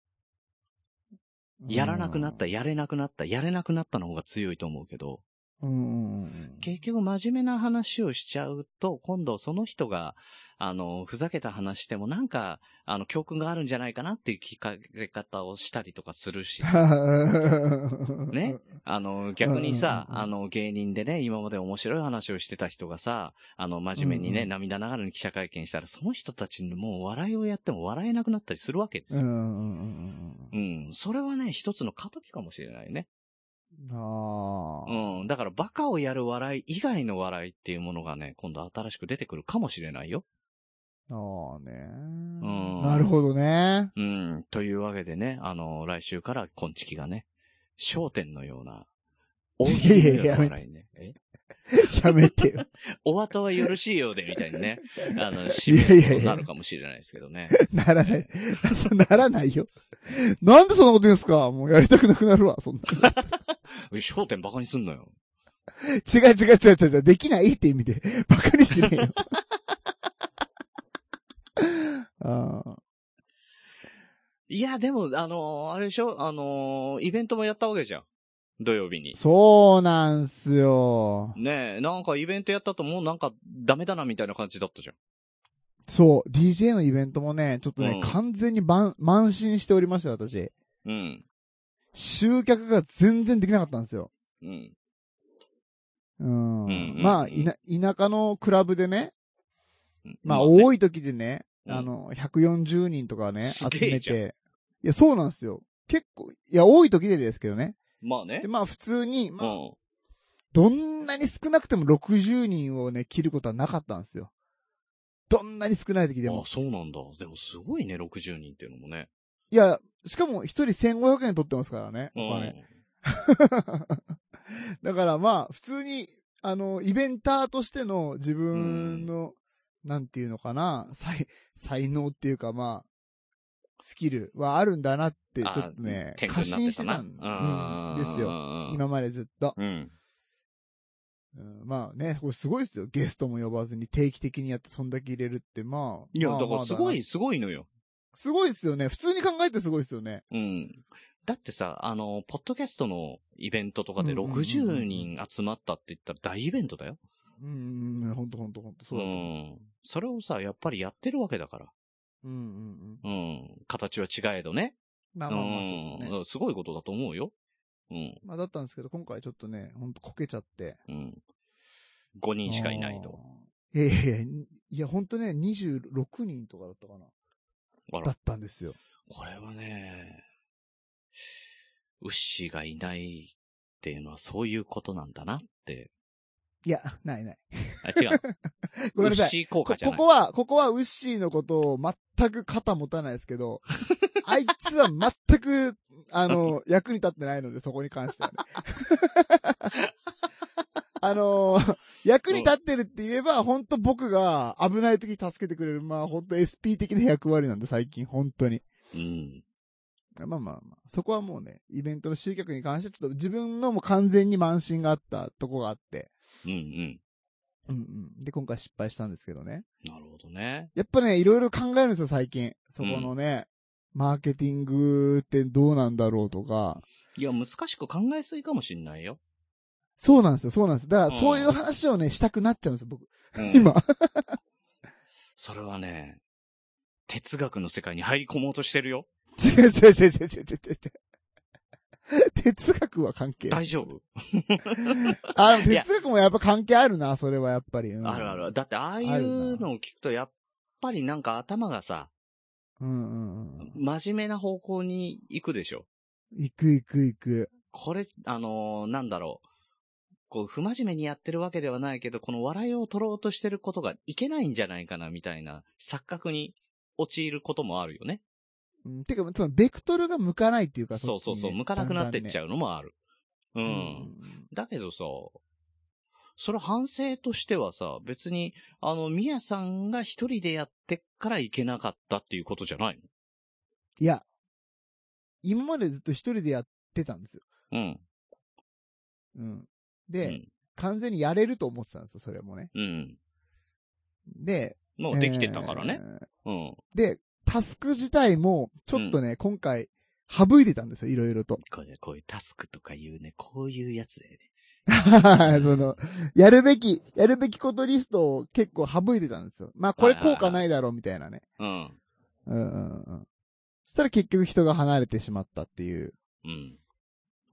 うん。
やらなくなった、やれなくなった、やれなくなったの方が強いと思うけど、
うんうんうん。
結局真面目な話をしちゃうと、今度その人が、あの、ふざけた話してもなんか、あの、教訓があるんじゃないかなっていう聞かれ方をしたりとかするし
<laughs>
さ <laughs> ね。あの、逆にさ、
うんうんうん
あの、芸人でね、今まで面白い話をしてた人がさ、あの、真面目にね、
うんうん
涙ながらに記者会見したら、その人たちにもう笑いをやっても笑えなくなったりするわけです
うんう
よ。
んうん
うん、それはね、一つの過渡期かもしれないね。
うん。ああ。
うん。だから、バカをやる笑い以外の笑いっていうものがね、今度新しく出てくるかもしれないよ。
ああね
ん。
なるほどね。
うん。というわけでね、あの、来週から、こんちきがね、焦点のような、大喜利のような笑いね。え <laughs>
やめてよ。 <laughs>
お後はよろしいようで、みたいにね。あの、締
いやいやいや
めになるかもしれないですけどね。
ならない。 <laughs> ならないよ。なんでそんなこと言うんすかもうやりたくなくなるわ、そんな。
焦点バカにすんのよ。
違う違う違う違う違う、できないって意味で、バカにしてねえよ。 <laughs> ああ
いや、でも、あのーあれでしょあのーイベントもやったわけじゃん。土曜日に。
そうなんすよ。
ねえ、なんかイベントやったともうなんかダメだなみたいな感じだったじゃん。
そう、DJ のイベントもね、ちょっとね、
うん
完全に満満身しておりましたよ、私。
うん。
集客が全然できなかったんですよ。
うん。
うん。
うんうんうん
まあ、いな、田舎のクラブでね、まあ、
ね
多い時でね、
うん
あの、140人とかね、
す
集
げえ
め
じゃん
て。いや、そうなんですよ。結構、いや、多い時でですけどね。
まあね
で、。まあ、普通に、ま
う
あ、
ん。
どんなに少なくても60人をね、切ることはなかったんですよ。どんなに少ない時で
あ
も。
そうなんだ。でもすごいね、60人っていうのもね。
いや、しかも一人1500円取ってますからね、
う
お金。
ん。
だからまあ、普通に、あの、イベンターとしての自分の、なんていうのかな、才、才能っていうかまあ、スキルはあるんだなって、ちょ
あ
っとね、
天狗
過
になっ
信
て
したて
な。
たんうんですよ。
よ
今までずっと。
うん。
うん、まあね、これすごいですよ。ゲストも呼ばずに定期的にやってそんだけ入れるって、まあ。
いや、
まあ
だからすご。
まあ
い、すごいのよ。
すごいですよね。普通に考えてすごいですよね。
うん。だってさ、あの、ポッドキャストのイベントとかで
うんうんうんうん
60人集まったって言ったら大イベントだよ。
うん、うんほんとほんとほんと。そう
う
だと思う。
ん。それをさ、やっぱりやってるわけだから。
うん、うん、うん。
うん。形は違えどね。
まあ
う
まあまあ、そうですよね。
ん。すごいことだと思うよ。うん。
まあだったんですけど、今回ちょっとね、ほんとこけちゃって。
うん。5人しかいないと。
あー。いやいやいや、いやほんとね、26人とかだったかな。
あら
だったんですよ。
これはね、ウッシーがいないっていうのはそういうことなんだなって。
いや、ないない。
あ、違う。
<laughs> ご
ウ
めん
ッ
なさい。
シー効
こ
果じゃ
こ
ない。
こは、ここはウッシーのことを全く肩持たないです
<laughs>
けど、あいつは全く、あの、役に立ってないので、そこに
<laughs>
関してはね。あの役に立ってるって言えば、本当僕が危ない時に助けてくれる、まあ本当 SP 的な役割なんで、最近、本当に。
うん。
まあまあまあ、そこはもうね、イベントの集客に関して、ちょっと自分のもう完全に慢心があったとこがあって、
うんうん。
うんうん。で、今回失敗したんですけどね。
なるほどね。
やっぱね、いろいろ考えるんですよ、最近。そこのね、マーケティングってどうなんだろうとか。
いや、難しく考えすぎかもしんないよ。
そうなんですよ、そうなんです。だか
う
ら、
ん
そういう話をね、したくなっちゃうんですよ、僕。
うん
今。
<laughs> それはね、哲学の世界に入り込もうとしてるよ。
違う違う違う違う違う違う違う。哲学は関係ない。
大丈夫、
<laughs> あ、でも哲学もやっぱ関係あるな、それはやっぱり。うん
あるあ。る。だって、ああい
ある
う
な
のを聞くと、やっぱりなんか頭がさ、
うんうんうん。
真面目な方向に行くでしょ。
行く行く行く。
これ、あのーなんだろう。こう、不真面目にやってるわけではないけど、この笑いを取ろうとしてることがいけないんじゃないかな、みたいな錯覚に陥ることもあるよね。
うん、てか、その、ベクトルが向かないっていうか、
そうそうそう、向かなくなってっち
ゃ
ゃうのもある。う
う。
ん。だけどさ、それ反省としてはさ、別に、あの、ミヤさんが一人でやってっからいけなかったっていうことじゃない
いや、今までずっと一人でやってたんですよ。
のうん。
うん。
う
で、
ん。
完全にやれると思ってたんですよ、それもね。
うん。
で、
もうできてたからね
え。ー
うん。
で、タスク自体も、ちょっとね、今回、省いてたんですよ、いろい
<laughs>
ろと。
これ、こういうタスクとかいうね、こういうやつでね。
その、やるべき、やるべきことリストを結構省いてたんですよ。まあ、これ
はいはいは
効
い
果ないだろう、みたいなね。
うん。
うんうんうん。そしたら結局人が離れてしまったっていう
うん。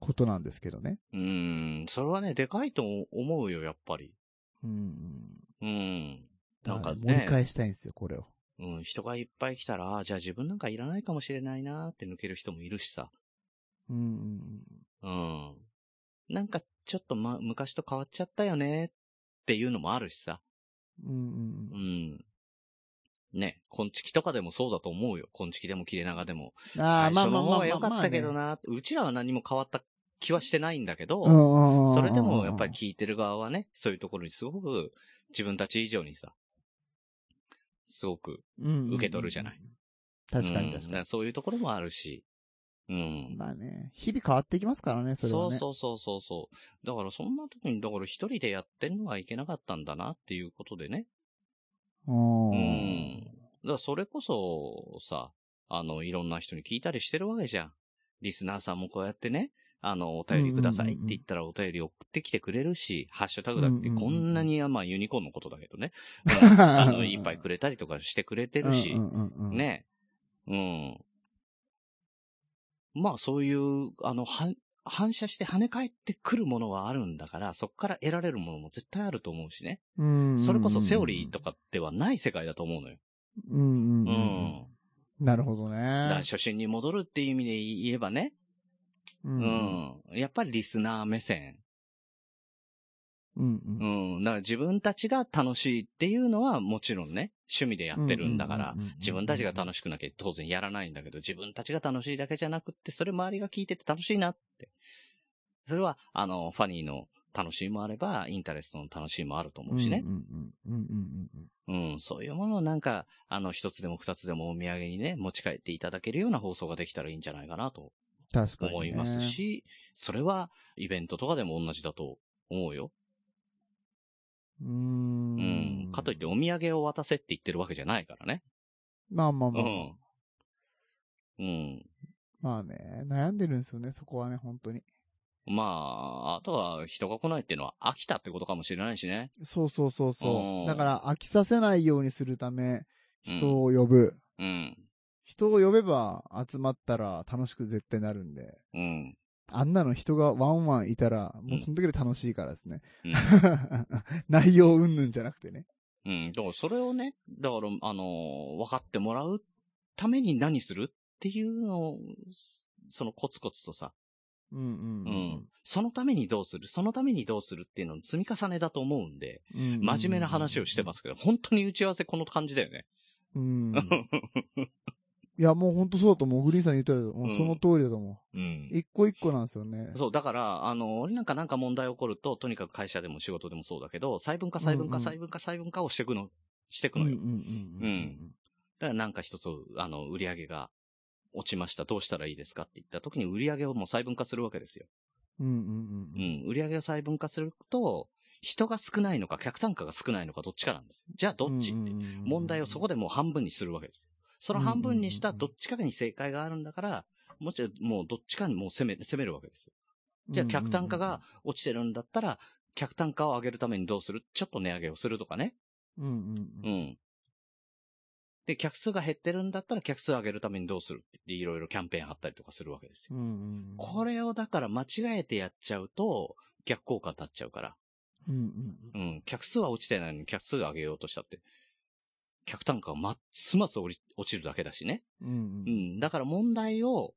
ことなんですけどね。
うーん、それはね、でかいと思うよ、やっぱり。
うん
う
うん。
ん。なんかね
だら盛り返したいんですよ、これを。
うん、人がいっぱい来たら、あーじゃあ自分なんかいらないかもしれないなーって抜ける人もいるしさ。
うんうん
うん。なんか、ちょっとま、昔と変わっちゃったよねーっていうのもあるしさ。
うん。うんうん
う。
うん
ね、昆虫とかでもそうだと思うよ。昆虫でも切れ長でも。
ん。ああ、
最
まあ
初
ま
の方
あまあま
が
あ。
良かったけど
ま
なーってうちらは何も変わった気はしてないんだけど、
あね。うんうんうんうんうん
それでもやっぱり聞いてる側はね、そういうところにすごく自分たち以上にさ、すごく、
受
受け取るじゃない。
確かに確
うんだ
から
そういうところもあるし、うん
に。。まあね、日々変わってきますからね、それ
そ
は
う
ね。
そうそうそうそう。だからそんな時に、だから一人でやってんのはいけなかったんだなっていうことでね。
う
うんん。だからそれこそ、さ、あの、いろんな人に聞いたりしてるわけじゃん。リスナーさんもこうやってね、あの、お便りくださいって言ったらお便り送ってきてくれるし、ハッシュタグだってこんなに、まあユニコーンのことだけどね。うんあの、いっぱいくれたりとかしてくれてるし
う、んうんうんうん。
ね。うん。まあそういう、あの、反反射して跳ね返ってくるものはあるんだから、そこから得られるものも絶対あると思うしね。
うんうんうん。
それこそセオリーとかではない世界だと思うのよ。
うんうん
う
うん。
ん。
なるほど
だから
ね。
初心に戻るっていう意味で言えばね。
う
うんん。やっぱりリスナー目線。
うんう。
うんん。だから自分たちが楽しいっていうのはもちろんね、趣味でやってるんだから
うんうんうんうんうん、
自分たちが楽しくなきゃ当然やらないんだけど、自分たちが楽しいだけじゃなくって、それ周りが聞いてて楽しいなって。それは、あの、ファニーの楽しいもあれば、インタレストの楽しいもあると思うしね
う。んうんうんうんうんうん
うん。そういうものをなんか、あの、一つでも二つでもお土産にね、持ち帰っていただけるような放送ができたらいいんじゃないかなと
確かに。
思います。し、それはイベントとかでも同じだと思うよ。
うー
うんん。。かといって、お土産を渡せって言ってるわけじゃないからね。
まあまあ
う
まあ。
ん。うん。
まあね、悩んでるんですよね、そこはね、本当に。
まあ、あとは人が来ないっていうのは飽きたってことかもしれないしね。
そうそうそう
う
そ
ん
う。だから飽きさせないようにするため、
うん
人を呼ぶ。
うん。
人を呼べば集まったら楽しく絶対なるんで。
うん。
あんなの人がワンワンいたら、もううんその時で楽しいからですね。
うん
<laughs> 内容うんぬんじゃなくてね。
うん。だからそれをね、だから、あのー分かってもらうために何するっていうのを、そのコツコツとさ、
うん
う。
うんうんん。
そのためにどうするそのためにどうするっていうのの積み重ねだと思うんで、
真。
真面目な話をしてますすけど、本当に打ち合わせこの感じだよね。
うん。
<laughs>
いや、もう本当そうだと思う。グリーンさん言ったら、もうその通りだと思
う
う。
ん。
一個一個なんですよね。
そう、だから、あの、俺なんかなんか問題起こると、とにかく会社でも仕事でもそうだけど、細分化細分
うんう
化
ん
細分化細分化をしていくの、していく
う
の
んうんう
よ。
んう
うんん。だからなんか一つ、あの、売り上げが落ちました。どうしたらいいですかって言った時に売り上げをもう細分化するわけですよ。
うんうんう
うんん。売り上げを細分化すると、人が少ないのか、客単価が少ないのか、どっちかなんですよ。じゃあどっちって。問題をそこ
で。
でもう半分にするわけですよ。その半分にしたどっちかに正解があるんだから、もちろんもうどっちかにもう攻め、攻めるわけですよ。じゃあ客単価が落ちてるんだったら、客単価を上げるためにどうするちょっと値上げをするとかね。
うんうんう。
うんん。で、客数が減ってるんだったら客数上げるためにどうするっていろいろキャンペーン貼ったりとかするわけですよ。
うんうんうん。
これをだから間違えてやっちゃうと、逆効果になっちゃうから。
うんうん
うん。客数は落ちてないのに客数上げようとしたって。客単価はますます落ち落ちるだけだしね。
うん。うん
う
うん。
ん。だから問題を、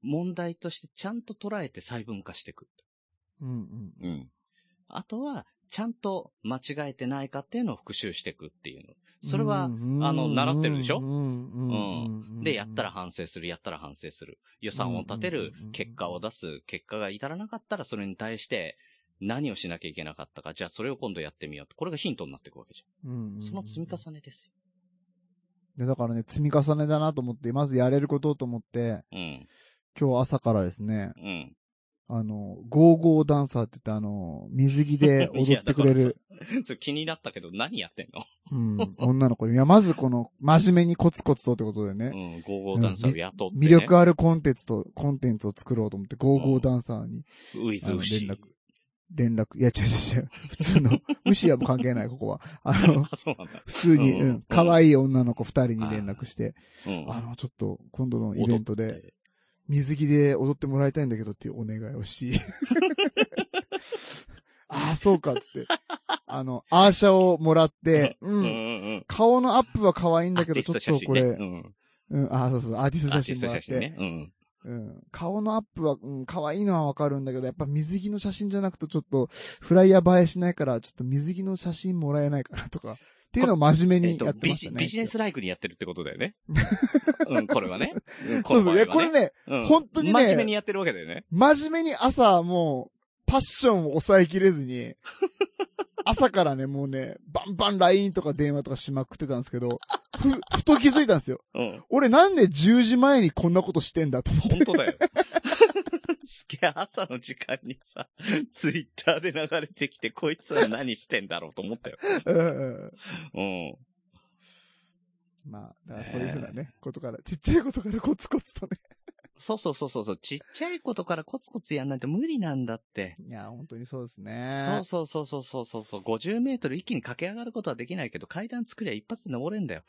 問題としてちゃんと捉えて細分化していく。
うんうん。
うん。あとは、ちゃんと間違えてないかっていうのを復習していくっていうの。それは、あの習ってるでしょ
ょ
で、やったら、反省する、やったら反省する。予算を立て
うんう
る
んうんうんうん、
結果を出す、結果が至らなかったらそれに対して何をしなきゃいけなかったか、じゃあそれを今度やってみよう。これがヒントになっていくわけじ
うんうんう
ゃ
ん
ん。その積み重ねです
で、だからね、積み重ねだなと思って、まずやれることと思って、
よ。うん。
今日朝からですね、
うん。
あの、ゴーゴーダンサーって言って、あの、水着で
い
踊
や
って
<laughs>
くれ
だ
る、
からさそれ気になったけど何やってんの
うん、女の子に。いや、まずこの、真面目にコツコツとってことで
う
ね、
ん。ゴーゴーダンサーを雇って、ね。
魅力あるコンテンツと、コンテンツを作ろうと思って、ゴーゴーダンサーに、
ウィズウシ
あの。連絡、いや、違う違う違う、普通
<laughs>
の、牛はもう関係ない、ここは。あの、
あ、そうなんだ。
普通に、
う
うんん、可愛い女の子二人に連絡して、
うん。
あの、ちょっと、今度のイベント
踊っ
で、
て。
水着で踊ってもらいたいんだけどっていうお願いを
<laughs>
し、ああ、そうかっつって、あの、アーシャをもらって、
う
うん
うん
ん、
うん。
顔のアップは可愛いん
ア
だ
ー
け
ティ
ど、ち
ス
ょ
ト
っ
写
と
真
こ
ね。
れ、
うん。
うん、ああ、そうそう、アーティス
ア
ト
ー
写
ティス
真
ト
もら
写
っ
真
て、
ね。うん。
うん、顔のアップは、うん、可愛いのはわかるんだけど、やっぱ水着の写真じゃなくてちょっと、フライヤー映えしないから、ちょっと水着の写真もらえないかなとか、っていうのを真面目
え
に
っと、
やって
ビ
まし
ジ
たね。
ビジネスライクにやってるってことだよね。うん、これ <laughs> はね。うん
そうそう、いや、こ
これ
れね、本当にね
真面目にやってるわけだよね。
真面目に朝、もう、パッションを抑えきれず
<laughs>
に、朝からね、もうね、バンバン LINE とか電話とかしまくってたんですけど、ふ、ふと気づいたんですよ。
うん。
俺なんで10時前にこんなことしてんだと思って。
本当 <laughs> だよ。すげえ、朝の時間にさ、ツイッターで流れてきて、こいつは何してんだろうと思ったよ。 <laughs>
うん
うん。
まあ、だからそういうふうなね、ことから、ちっちゃいことからコツコツとね。
そうそうそうそうそう。ちっちゃいことからコツコツやんないと無理なんだって。
いや、本当にそうです
そ
ね
う。そうそうそうそうそうそう。50メートル一気に駆け上がることはできないけど、階段作りゃ一発で登れんだよ。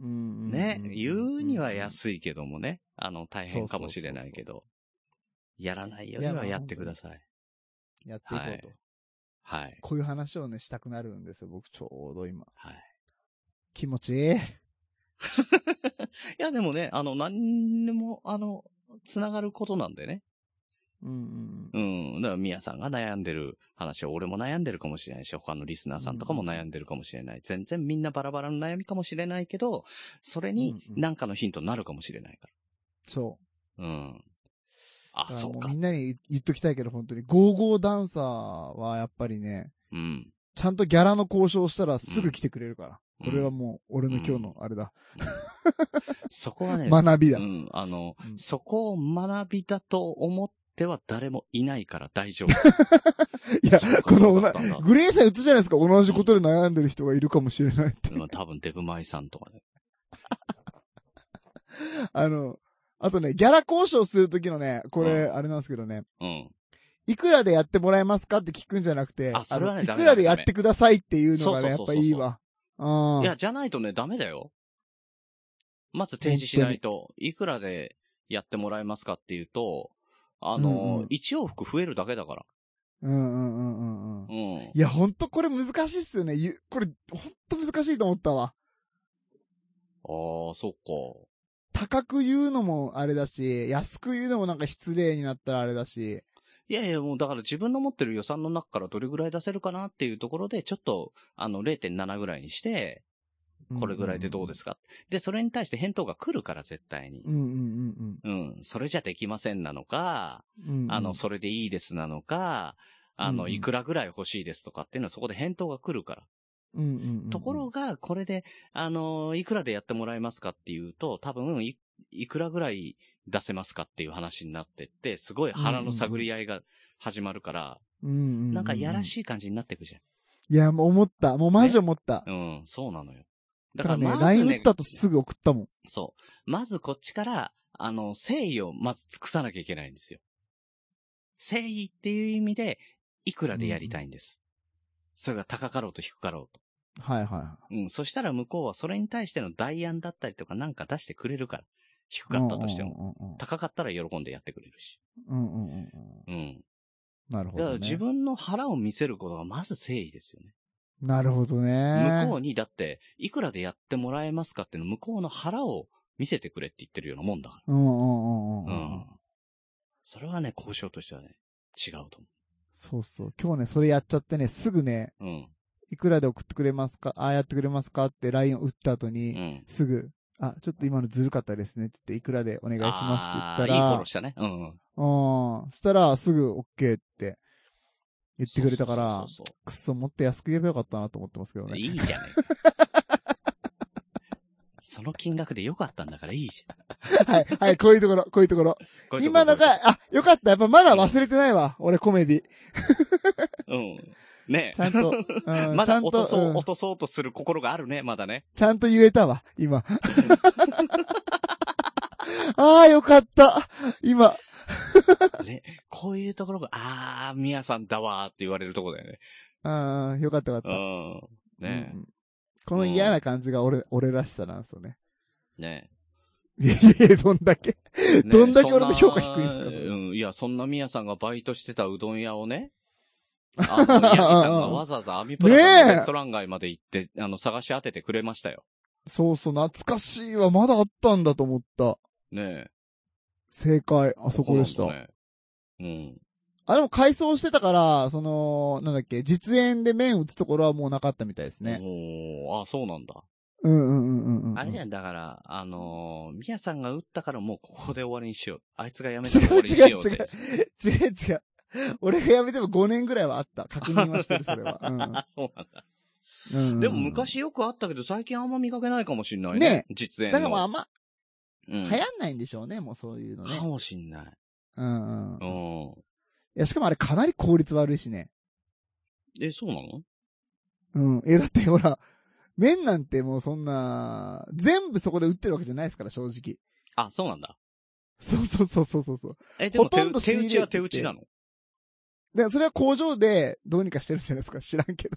うん
ね、言うには
っ
安いけどもね、あの、大変かもしれないけど、やらないより
いやま
は
あ
やってください。
やっていこうと。
はい。
こういう話をね、したくなるんですよ、僕ちょうど今。
はい。
気持ちいい。
いや、でもね、あの、何にも、あの、つながることなんでね。
うんうん
うん。だから、みやさんが悩んでる話を俺も悩んでるかもしれないし、他のリスナーさんとかも悩んでるかもしれない。全然みんなバラバラの悩みかもしれないけど、それに
うんうん
何かのヒントになるかもしれないか
そう。
ら。うん。あ、
だから
そ
も
う
う
か
み。んなに言っときたいけど、本当に。ゴーゴーダンサーはやっぱりね、
うん。
ちゃんとギャラの交渉したらすぐ来てくれるから。
うん
これはもう、俺の今日のあれだ。
そこはね、
学びだ。
うん、あの、
うん
そこを学びだと思っ手は誰もいないから大丈夫。
いや
そう、か
この
そう
お
だ
な
ったんだ、
グレーさん言ったじゃないですか。同じことで悩んでる人がいるかもしれない <laughs> って。
まあ多分デブマイさんとかね。
あの、あとね、ギャラ交渉するときのね、これ、あれなんですけどね、
う
いくらでやってもらえますかって聞くんじゃなくて、
あそれはね
のい
ダメ
くらでやってくださいっていうのが
そうそう
ね、やっ
そうそ
ぱ
う
いいわ。あ
ん。い
あ
や、じゃないとね、ダメだよ。まず提示しないと、いくらでやってもらえますかっていうと、あ
うんう
の
ん、
一、往復増えるだけだから。
うんうんうんうんうん
う。ん
い。や、ほんとこれ難しいっすよね。ゆこれ、ほんと難しいと思ったわ。
ああ、そっか。
高く言うのもあれだし、安く言うのもなんか失礼になったらあれだし。
いやいや、もうだから自分の持ってる予算の中からどれぐらい出せるかなっていうところで、ちょっと、あの、0.7ぐらいにして、これぐらいでどうですすか、で、それに対して返答が来るから、絶対に
う。んうんうん
うん。それじゃできませんなのか、
うんうん。
あの、それでいいですなのか、あ
う
の、
んうん
いくらぐらい欲しいですとかっていうのはそこで返答が来るから。
うんうんうんうん
ところが、これで、あの、いくらでやってもらえますかっていうと、多分い、いくらぐらい出せますかっていう話になってって、すごい腹の探り合いが始まるから、
うんうんうん、
なんかやらしい感じになってくじ
い。いや、もう思った。もうマジ思った。
ゃん。うん、そうなのよ。だ
だ
か
から
ら
ね
ま、ず、ね、
LINE、打ったとすぐ送ったもん。
そう。まずこっちから、あの、誠意をまず尽くさなきゃいけないんですよ。誠意っていう意味で、いくらでやりたいんです。それが高かろうと低かろうと。
はいはい
う
は
ん。そしたら向こうはそれに対しての代案だったりとかなんか出してくれるから。低か
い。
ったとしても。
も。
高かったら喜んでやってくれるし。
うんうんうんう
う
ん。
ん。
なるほ
だか
ど、
ら
ね。
自分の腹を見せることがまず誠意ですよね。
なるほどね。
向こうにだって、いくらでやってもらえますかっていうの向こうの腹を見せてくれって言ってるようなもんだから。
うんうんうんうん。
うん。それはね、交渉としてはね、違うと
そうそう。今日ね、それやっちゃってね、すぐね、
思う。
いくらで送ってくれますかああやってくれますかって LINE を打った後
うん。う
に、
ん。
すぐ、あ、ちょっと今のずるかったですねって言って、いくらでお願いしますって言っ
あー
たら、
いいフォローしたね。うんうん。
うん。そしたら、すぐ OK って言ってくれたから、
そうそう
くっそ、もっと安く言えばよかったなと思ってますけど
そうそう
ね。
いいじゃない。 <laughs> その金額でよかったんだからいいじゃん
<laughs> はい、はい、こういうところ、こういうところ。
こういうとこ。
今の
こ
が、あ、よかった。やっぱまだ忘れてないわ。俺コメデ
う
ィ。
いうとこうん。ね
ちゃんと、
え。
う
<laughs>
ん、
ま
ちゃ
だ
ん
落
と
と、そうう、
ん
落とそうとする心があるね、まだね。
ちゃんと言えたわ、今。 <laughs> ああ、よかった。今。
ね。こういうところが、あー、みやさんだわーって言われるとこだよね。
うん、よかったよ
う
かっ
ん。
た。
ね
うんこの嫌な感じが俺、俺らしさなんですよね。 <laughs>
え。ね
いやいや、どんだけ。
え。
どんだけ俺の評価低いんす
そ
かそ
な
れ
うん。いや、そんなみやさんがバイトしてたうどん屋を
<laughs>
ね、あの、ヤギさんがわざわざアミプラザ
ね
の
え
レストラン街まで行って、あの、探し当ててくれましたよ。
そうそう、懐かしいわ。まだあったんだと思った。
ねえ。
正解、あそこでし
な
た。
んだね
あ、でも改装してたから、その、なんだっけ、実演で面打つところはもうなかったみたいです
うん。ね
ね。
おーあ、そうなんだ。
うんうんうんうんうん。
あれじゃん、だから、あのー、みやさんが打ったからもうここで終わりにしよう。あいつがやめたら終わりにしようぜ。
<laughs> 違う違う。俺が辞めても5年ぐらいはあった。確認はしてる、それは。
あ、そうなんだ。
うんうんうん
でも、昔よくあったけど、最近あんま見かけないかもしんない
ね
ね。実演
だ
の。
からもうあんま、
うん
流行んないんでしょうね、もうそういうのね
か。もしんない。
うんうん。
う
い
ん。
や、しかもあれかなり効率悪いしね。
え、そうなの
うん。え、だってほら、麺なんてもうそんな、全部そこで売ってるわけじゃないですから、正直。
あ、そうなんだ。
そうそうそうそうそうそう。
え、でも
ほ
手
とんど
手打ちは手
仕入
打
れて
ちなの
で、それは工場でどうにかしてるんじゃないですか、知らんけど。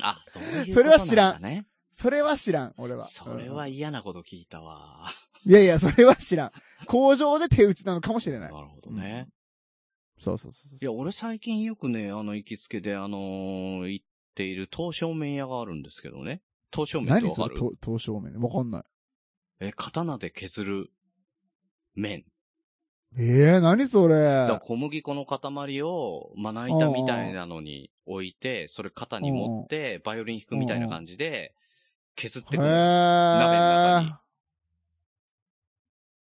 あ、そういうこと
それは知らん
なんだね。
それは知らん、俺は。
それは嫌なこと聞いたわ。
うん。いやいや、それは知らん。工場で手打ちなのかもしれな
ないる。ほどね。
そうそうそうそう。
いや、俺最近よくね、あの、行きつけで、あのー行っている刀削麺屋があるんですけどね。刀削麺って
何
わか
そ
る
れ、と刀削麺。わかんない。
え、刀で削る麺。
ええ何そ
だ
れ
から。小麦粉の塊を、まな板みたいなのに置いて、それ肩に持って、バイオリン弾くみたいな感じで、削って
へ
くる。
え
鍋の中に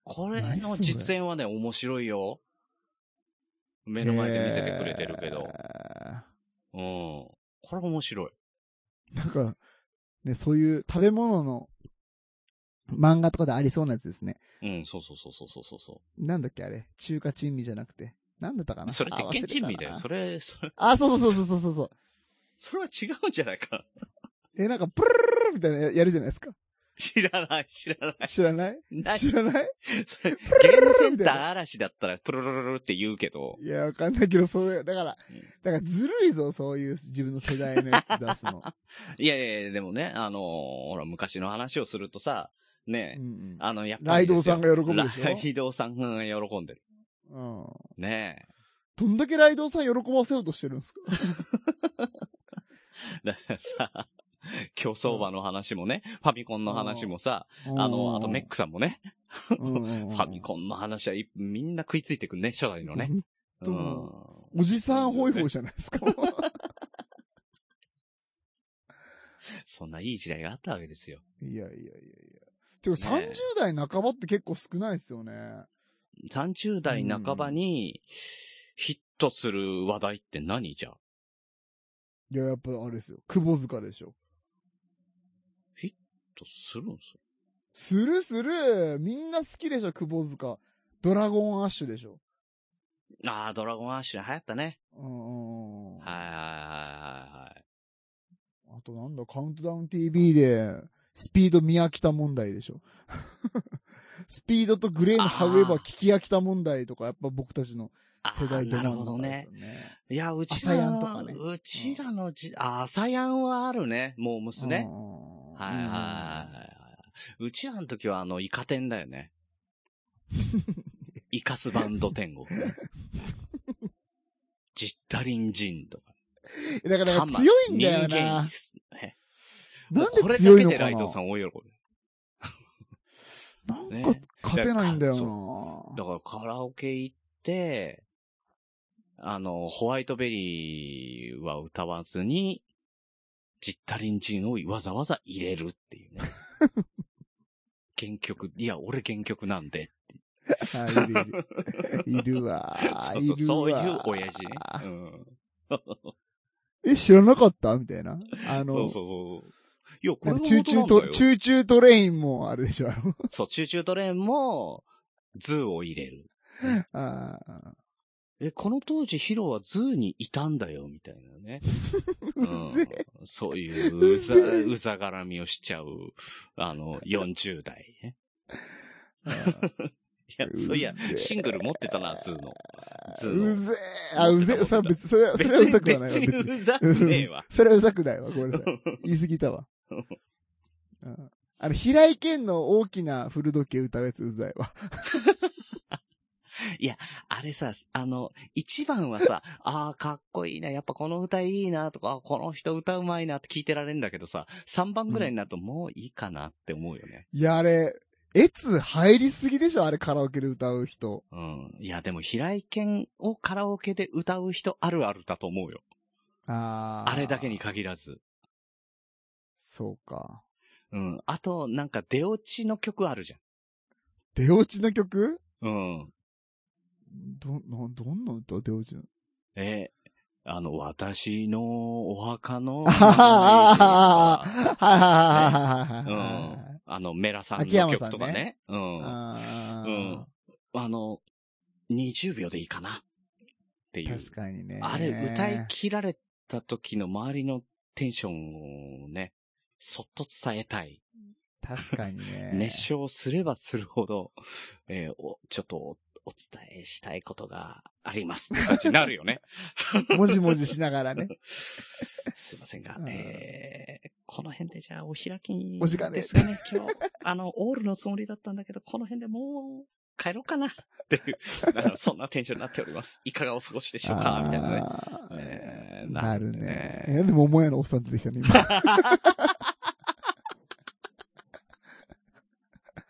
これ
何そ
の
れ
実演はね、面白いよ。目の前で見せてくれてるけど。
え
うん。これ面白い。
ーなんか、ね、そういう食べ物の漫画とかでありそうなやつですね。
うん、そうそうそうそうそうそうそ
なんだっけあれ中華珍味じゃなくて。なんだったかな
それ、鉄拳珍味だよ。そ
れ。
れ、それ、
あ、そうそうそうそうそうそう。
それは違うんじゃないか。
え、なんか、プルルルルルみたいなややるじゃないですか。
知らない、知らない。
知らない
ない
知らない
それゲームセンター嵐だったら、プルルルルルって言うけど、
いや、わかんないけど、そういう、だから
うん、
だからずるいぞ、そういう自分の世代のやつ出すの。
いやいやいや、でもね、あのーほら、昔の話をするとさ、
う
ね、
んうん
あの、やっぱ
ライ
り
ドウ
です
さん
よ。
が喜ぶでし
ラ
ょ
イドウさんが喜んでる。
うん。
ね
どんだけライドウさん喜ばせようとしてるんですか
え。だからさ、競走馬の話もね、ファミコンの話もさ、あの、あとメックさんもね、フ
ッ
ァミコンの話はいみんな食いついてくんね、初代のね。。
う
うんん。
おじさんホイホイじゃないですか。
そんないい時代があったわけですよ。
いやいやいやいや。てか
ね
30代半ばって結構少ないですよね。
30代半ばにヒットする話題って何じゃあ
いや、やっぱあれですよ。窪塚でしょ。
とするんすよ。
するするみんな好きでしょ、窪塚。ドラゴンアッシュでしょ。
ああ、ドラゴンアッシュ流行ったね。
うんうんうん。
はいはいはいはいはい。
あとなんだ、カウントダウン TV で、スピード見飽きた問題でしょ。 <laughs> スピードとグレーのハウエバー聞き飽きた問題とか、やっぱ僕たちの
あ
世代
ー
ど
な
真
る
ん
ほど
中です
ね
よ。ね。
いや、うち
朝
ら
やん
の、
とかね
うちらのじ、あ、朝やんはあるね。モームスね。
うんうんうん
はいはいはいはい。うちらの時はあの、イカ天だよ
<laughs>
ね。イカスバンド天国ね。ジッタリンジンとか。
だからなんか
玉
強いんだよ
人間
な
椅。子ね
な
もうんこれ
で
だ
強い
け
の
で
か
ラ
な
イ
な
トさ
ん
ん大喜び。ね
か勝てないんだよ
だから
な
だ。からカラオケ行って、あの、ホワイトベリーは歌わずに、ジッタリンジンをわざわざ入れるっていう
<laughs>
ね。原曲、いや、俺原曲なんで。
はいいるいる。いるわ。
<laughs> そうそう、
る
そう
わ
いう親父ね。うん。
え、知らなかったみたいな。あ
そ
の
う、そうそう。いや、こ
な
れが元な
んかチュ
ん
ー
だ
チュ
よ
ート、チューチュートレインもあるでしょ。あの
そう、チューチュートレインも、ズーを入れる。
あー
え、この当時ヒロはズーにいたんだよ、みたいな
<laughs>
ね。うんそういううざ、うざがらみをしちゃう、あの、40代ね。
あー
いや、そういや
うぜ、え
シングル持ってたな、ズーの。ズー
う
の。
ぜえ。あ、うぜえ。それは別、それは、そ
別
れはう
に、
ざくはないわ。
別
別に。
にうざくねえわ。 <laughs>
それはうざくないわ。ごめんなさい。言い過ぎたわ。うんあの、平井堅の大きな古時計歌うやつうざいわ。
あれさ、あの、一番はさ、ああ、かっこいいな、やっぱこの歌いいな、とか、あこの人歌うまいなって聞いてられんだけどさ、3番ぐらいになるともういいかなって思うよね。
いや、あれ、エツ入りすぎでしょあれカラオケで歌う人。
うん。いや、でも、平井堅をカラオケで歌う人あるあるだと思うよ。
あー
あれだけに。限らず。
そうか。
うん。あと、なんか出落ちの曲あるじ
出落ちの曲
ゃん。うん。
ど、な、どんな歌出
<laughs>
落ちの
えーあの、私のお墓の、
あははは
あ
<laughs> はははは
う
は
ん。あの、メラさん
秋
の
山さんね
曲とかね。うん。あ
あ
うんの、20秒でいいかなってい
ー
う。
確かにね。
あれ、歌い切られた時の周りのテンションをね、そっと伝えたい。
確かにね。
<laughs> 熱唱すればするほど、えーおちょっとおお伝えしたいことがありますって感じになるよね。
もじもじしながらね。
すいませんが
う、ん
えーこの辺でじゃあお開き
お時間
で
ですす
かね、今日。あの、オールのつもりだったんだけど、この辺でもう帰ろうかなっていう、あのそんなテンションになっております。いかがお過ごしでしょうかみたいなね。
あー
えー
なる
んで
ね。え、でも桃屋のおっさん出てきたね、 <laughs>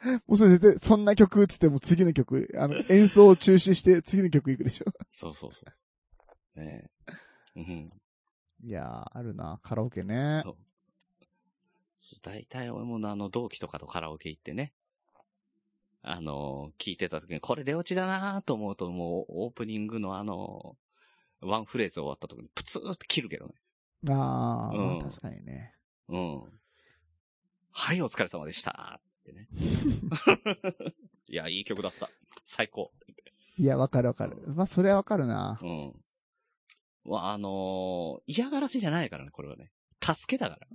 今。もうそれ絶対、そんな曲っつっても次の曲、あの、演奏を中止して次の曲行くでしょ。
そうそうそう。ねえうん。
いやー、あるな。カラオケね。
そう大体俺もあの同期とかとカラオケ行ってね。あのー、聞いてた時に、これ出落ちだなと思うと、もうオープニングのあのー、ワンフレーズ終わった時に、プツーって切るけどね。
あー、
うん
まあ確かにね。
うん。はい、お疲れ様 <laughs> でしたってね。いや、いい曲だった。最高。
いや、わかるわかる。まあ、それはわかるな
う。ん。わ、あのー嫌がらせじゃないからね、これはね。助けだから。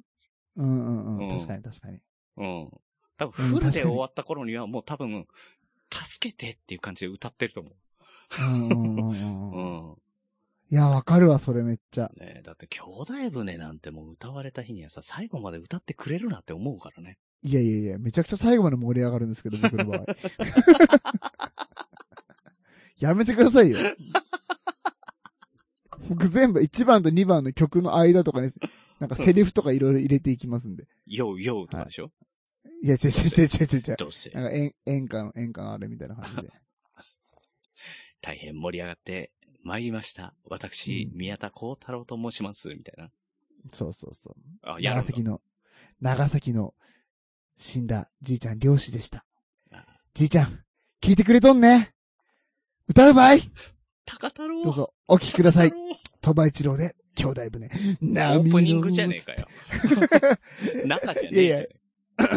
うんうんうん。
うん
確かに確かに。
うん。多分、フルで終わった頃にはもう多分、助けてっていう感じで歌ってると思
うんうんうんうん
う。
う。
うんん。
いや、わかるわ、それめっちゃ。
ねえだって、兄弟船なんてもう歌われた日にはさ、最後まで歌ってくれるなって思うからね。
いやいやいや、めちゃくちゃ最後まで盛り上がるんですけど、僕の場合。 <laughs> やめてくださいよ。僕全部1番と2番の曲の間とかに、なんかセリフとかいろいろ入れていきますんで。
ようようとかでしょ、
いや、ちゃちゃちゃちゃちゃちゃ。
どうせ
なんか演演歌の演歌のあれみたいな感じで。
大変盛り上がって参りました。私、
うん
宮田幸太郎と申します。みたいな。
そうそうそう。
あ、やるんだ
長崎の、長崎の死んだじいちゃん漁師でした
あ。
じいちゃん、聞いてくれとんね歌うばい
高太郎
どうぞ、お聞きください
高。太郎
鳥羽一郎で、兄弟船。
オ
波
ー
の
プニングじゃねえかよ。中じゃねえじゃねえ
いやい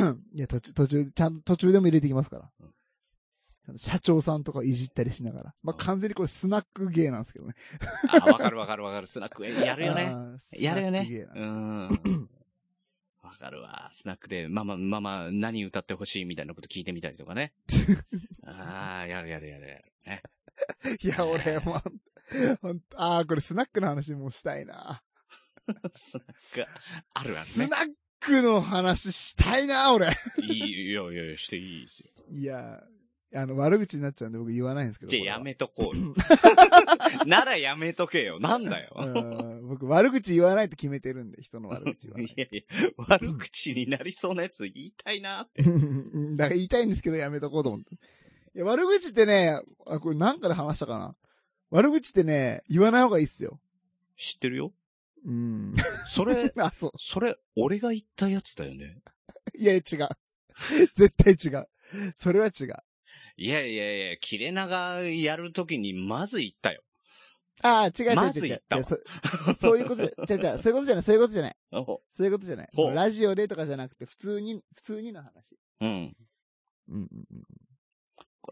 やいや、途中、途中、ちゃんと途中でも入れてきますから。社長さんとかいじったりしながら。まあ、
うん
完全にこれスナック芸なんですけどね。
あ、わかるわかるわかる。スナック、えやるよね。
あー
やるよ
スナック芸
ね
な。ん
う
です
ん。わかるわ。スナックで、ママ、ママ、何歌ってほしいみたいなこと聞いてみたりとか
<laughs>
ね。ああ、やるやるやるやる。ね。
いや、俺、もう、ほんと、ああ、これスナックの話もしたいな。
スナック、あるあ
ス
るね。
ナックの話したいな、俺。
いい、いやいやいや、していいですよ。
いや、あの、悪口になっちゃうんで僕言わないんですけど。
じゃあ
これは
やめとこうよ。ならやめとけよ。なんだよ。
<laughs> うん僕、悪口言わないと決めてるんで、人の悪口は。
いやいや、悪口になりそうなやつ言いたいなって。
うんだから言いたいんですけど、やめとこうと思って。いや、悪口ってね、あ、これなんかで話したかな。悪口ってね、言わない方がいいっすよ。
知ってるよ
うん。 <laughs>
それ、
あ、そう。
それ、俺が言ったやつだよね。
いや、違う。 <laughs> 絶対違う。それは違う。
いやいやいや、切れ長やるときにまず言 <laughs> ったよ。
ああ、違う違う違う違う。
まず言ったわ
違うそ
<laughs>
そういうことじゃ、違う違う、そういうことじゃない、そういうことじゃない。
お
そういうことじゃない。
ほう
ラジオでとかじゃなくて、普通に、普通にの話。
うん。
うんうんうん。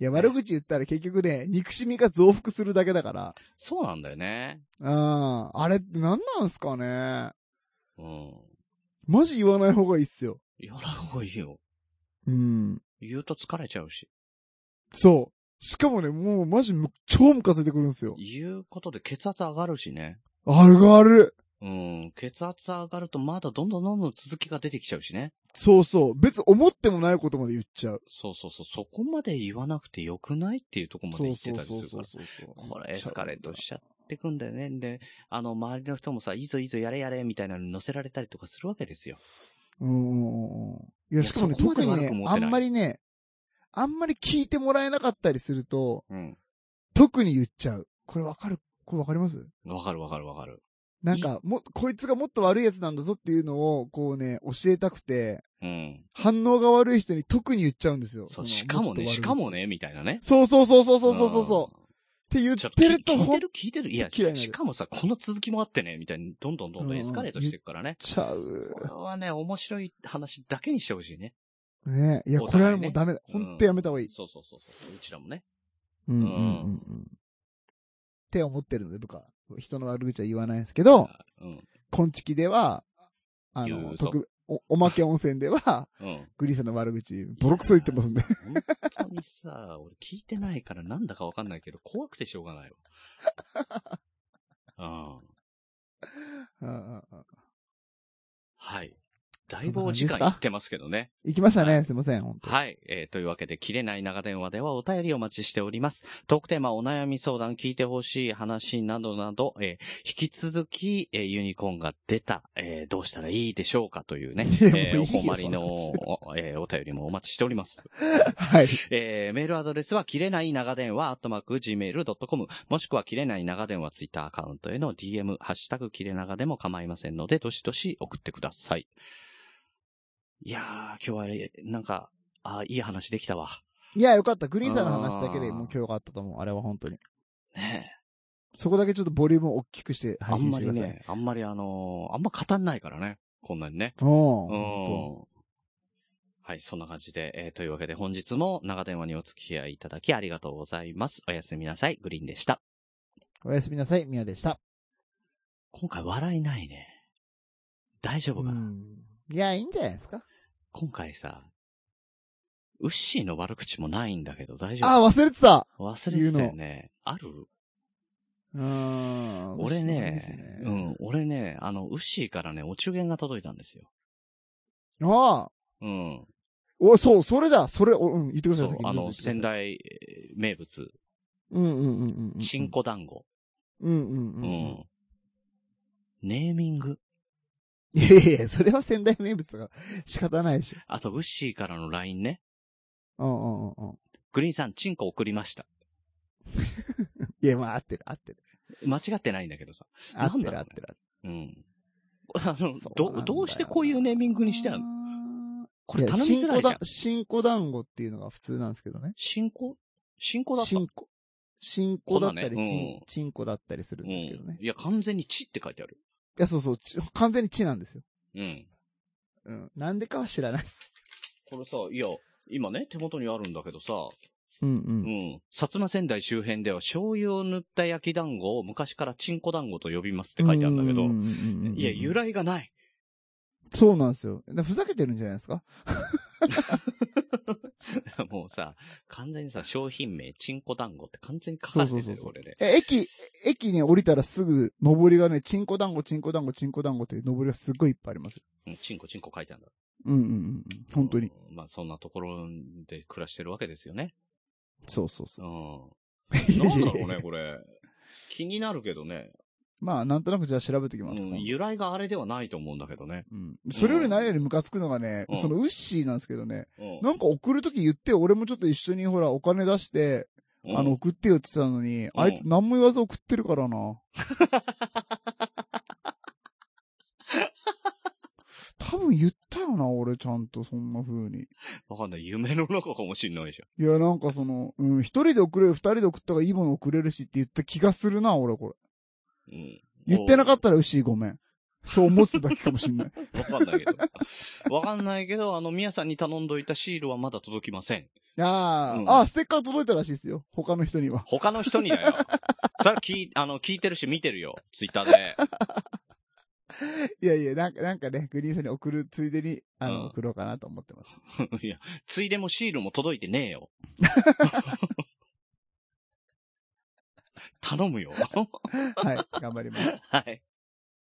いや、悪口言ったら結局ね、憎しみが増幅するだけだから。
そうなんだよね。
ああ、あれって何なんすかね。
うん。
マジ言わない方がいいっすよ。
やらんほうがいいよ。
うん。
言うと疲れちゃうし。
そう。しかもね、もうマジむ、超ムカついてくるんですよ。
言うことで血圧上がるしね。
あるがある。
うん。血圧上がるとまだどんどんどんどん続きが出てきちゃうしね。
そうそう。別に思ってもないことまで言っちゃう。
そうそうそう。そこまで言わなくてよくないっていうとこまで
そ
言
う
って
そう
たり
そ
す
う
るか
そう
ら。
そう。
これエスカレートしちゃってくんだよね。で、あの、周りの人もさ、いいぞいいぞやれやれみたいなのに乗せられたりとかするわけですよ。
うんうんうん。いや、しかもね、
いやそこま
特
で
に
悪く
ね
思、っ
あ
てない
んまりね、あんまり聞いてもらえなかったりすると、
うん。
特に言っちゃう。これわかるこれわかります
わかるわかるわかる。
なんか、も、こいつがもっと悪いやつなんだぞっていうのを、こうね、教えたくて、
うん。
反応が悪い人に特に言っちゃうんですよ。
そ、
そうの
しかも
っと
ね、
悪い
しかもね、みたいなね。
そうそうそうそうそうそうそうそう。
うん
って言っ
ちょっと聞
てると
聞い
ほ
て
っ
る聞いてるいや、
嫌いになる
しかもさ、この続きもあってね、みたいに、どんどんどんどんエスカレートしていくからね。
ちゃう
こ。れはね、面白い話だけにしてほしいね。
ねいや、
お
これ
互いね
はもうダメだ。
う
ほ
ん
んとやめた方がいい。
そうそうそうそう。うちらもね。
うんうん
ん
うんうん。って思ってるので、僕は。人の悪口は言わないですけど、
うん。
こんちきでは、あ
言
の、
うぞ
特、お、おまけ温泉では、 <laughs>
うん。
グリーさんの悪口、ボロクソ言ってますんで。
本当にさ、俺聞いてないからなんだかわかんないけど、怖くてしょうがないわ。うん。
うんうんうん
はい。だいぶお時間いってますけどね。
行きました
は
ね。
い
すいません、本当
はい。えーというわけで、切れない長電話ではお便りお待ちしております。トークテーマ、お悩み相談、聞いてほしい話などなど、えー引き続き、えーユニコーンが出た、えーどうしたらいいでしょうかというね、
いやもういい
えー
よ
お困りの、
そ
おえーお便りもお待ちしております。 <laughs>
はい。
えー、メールアドレスは、切れない長電話、アットマーク、gmail.com、もしくは、切れない長電話、ツイッターアカウントへの DM、ハッシュタグ、切れ長でも構いませんので、どしどし送ってください。いやー、今日は、えなんか、あーいい話できたわ。
いや、よかった。グリーンさんの話だけでもう今日があったと思う。あれは本当に。
ね
そこだけちょっとボリュームを大きくして
えあ
配
ん
信
ま
して
り
ください。
ね、あんまりあのーあんま語んないからね、こんなにね。
お
う
ー
ん。はい、そんな感じで、えーというわけで本日も長電話にお付き合いいただきありがとうございます。おやすみなさい、グリーンでした。
おやすみなさい、ミヤでした。
今回笑いないね。大丈夫かな、
うんいや、いいんじゃないですか。
今回さ、ウッシーの悪口もないんだけど大丈
あ、
夫
忘れてた
忘れてたよね。ある
うーん。
俺ねう
うん。
ん、俺ね、あの、ウッシーからね、お中元が届いたんですよ。
ああ。
うん。
お、そう、それだそれ、おうん、言ってくださ
そう
い。先、に
あの、
どうぞ言っ
仙
てください。
台えー名物、
うんうんうんうんうん。
チンコ団子。
うんうんう
うん
うん。
ん。ネーミング。
いやいやいや、それは仙台名物だから仕方ないでし
あと、ウッシーからの LINE ね。
ょ。うんうんうんうん。
グリーンさん、チンコ送りました。
いや、まあ合ってる合ってる。
間違ってないんだけどさ。
合っ
な
て
んだ
る
ろ
合
うね
ってる合ってる。
うん。あの
そう、なんだ
ど、
よ
どうしてこういうネーミングにしてあんの
の
これ頼みづらいじゃん。
新子団子っていうのが普通なんですけどね。
新子新子だった。
新子。新子だった
そうだ
り、
ね
ち
うん
ん、ちんこだったりするんですけどね。
うん。いや、完全にチって書いてある。
いや、そうそう、ち完全に地なんですよ。
うん。
うん。なんでかは知らないです。
これさ、いや、今ね、手元にあるんだけどさ、
うんう。
うんん。薩摩仙台周辺では醤油を塗った焼き団子を昔からチンコ団子と呼びますって書いてあるんだけど、いや、由
ら。
来がない。 <laughs>
そうなんですよ。だからふざけてるんじゃないですか
もうさ、完全にさ、商品名、チンコ団子って完全に書かれて
そうそう
るよ、
そうそう
これね。
え、駅、駅に降りたらすぐ、上りがね、チンコ団子、チンコ団子、チンコ団子っていう上りがすっごいいっぱいありますよ。
うん、チンコチンコ書いてあるんだ。
うんうんうんうん。本当に。
うん。まあ、そんなところで暮らしてるわけですよね。
そうそうそうう。 <laughs>
ん。
いや
なん
い
だ
や
ろう
いや
ね、これ。気になるけどね。
<laughs> まあ、なんとなくじゃあ調べてき
う
ます。
ん、由来があれではないと思うんだけどね。
うんそれよりないよりムカつくのがね、
うん
そのウッシーなんですけどね、
うん
なんか送るとき言って、俺もちょっと一緒にほら、お金出して、あの、、送ってよって言ってたのに、あいつ何も言わず送ってるか
<laughs>
らな。多分言ったよな、俺ちゃんとそんな風に。
わかんない。夢の中かもしんないじゃ
いや、なんかその、うん、一人で送れる、二人で送った方がいいもの送れるしって言った気がするな、俺これ。
ん。うん。
言ってなかったらウッシーごめん。そう思ってただけかも
<laughs>
しんない。
わかんないけど。わかんないけど、あの、宮さんに頼んどいたシールはまだ届きません。
あー、
うん
あー、ステッカー届いたらしいですよ。他の人には。
<laughs> 他の人にだよ。それ聞い、あの、聞いてるし見てるよ。ツイッターで。 <laughs>
いやいや、なんか、なんかね、グリーンさんに送るついでに、あの、
うん
送ろうかなと思ってます。
いや、ついでもシールも届いてねえよ。 <laughs> 頼むよ。
はい、頑張ります。
<laughs> はい。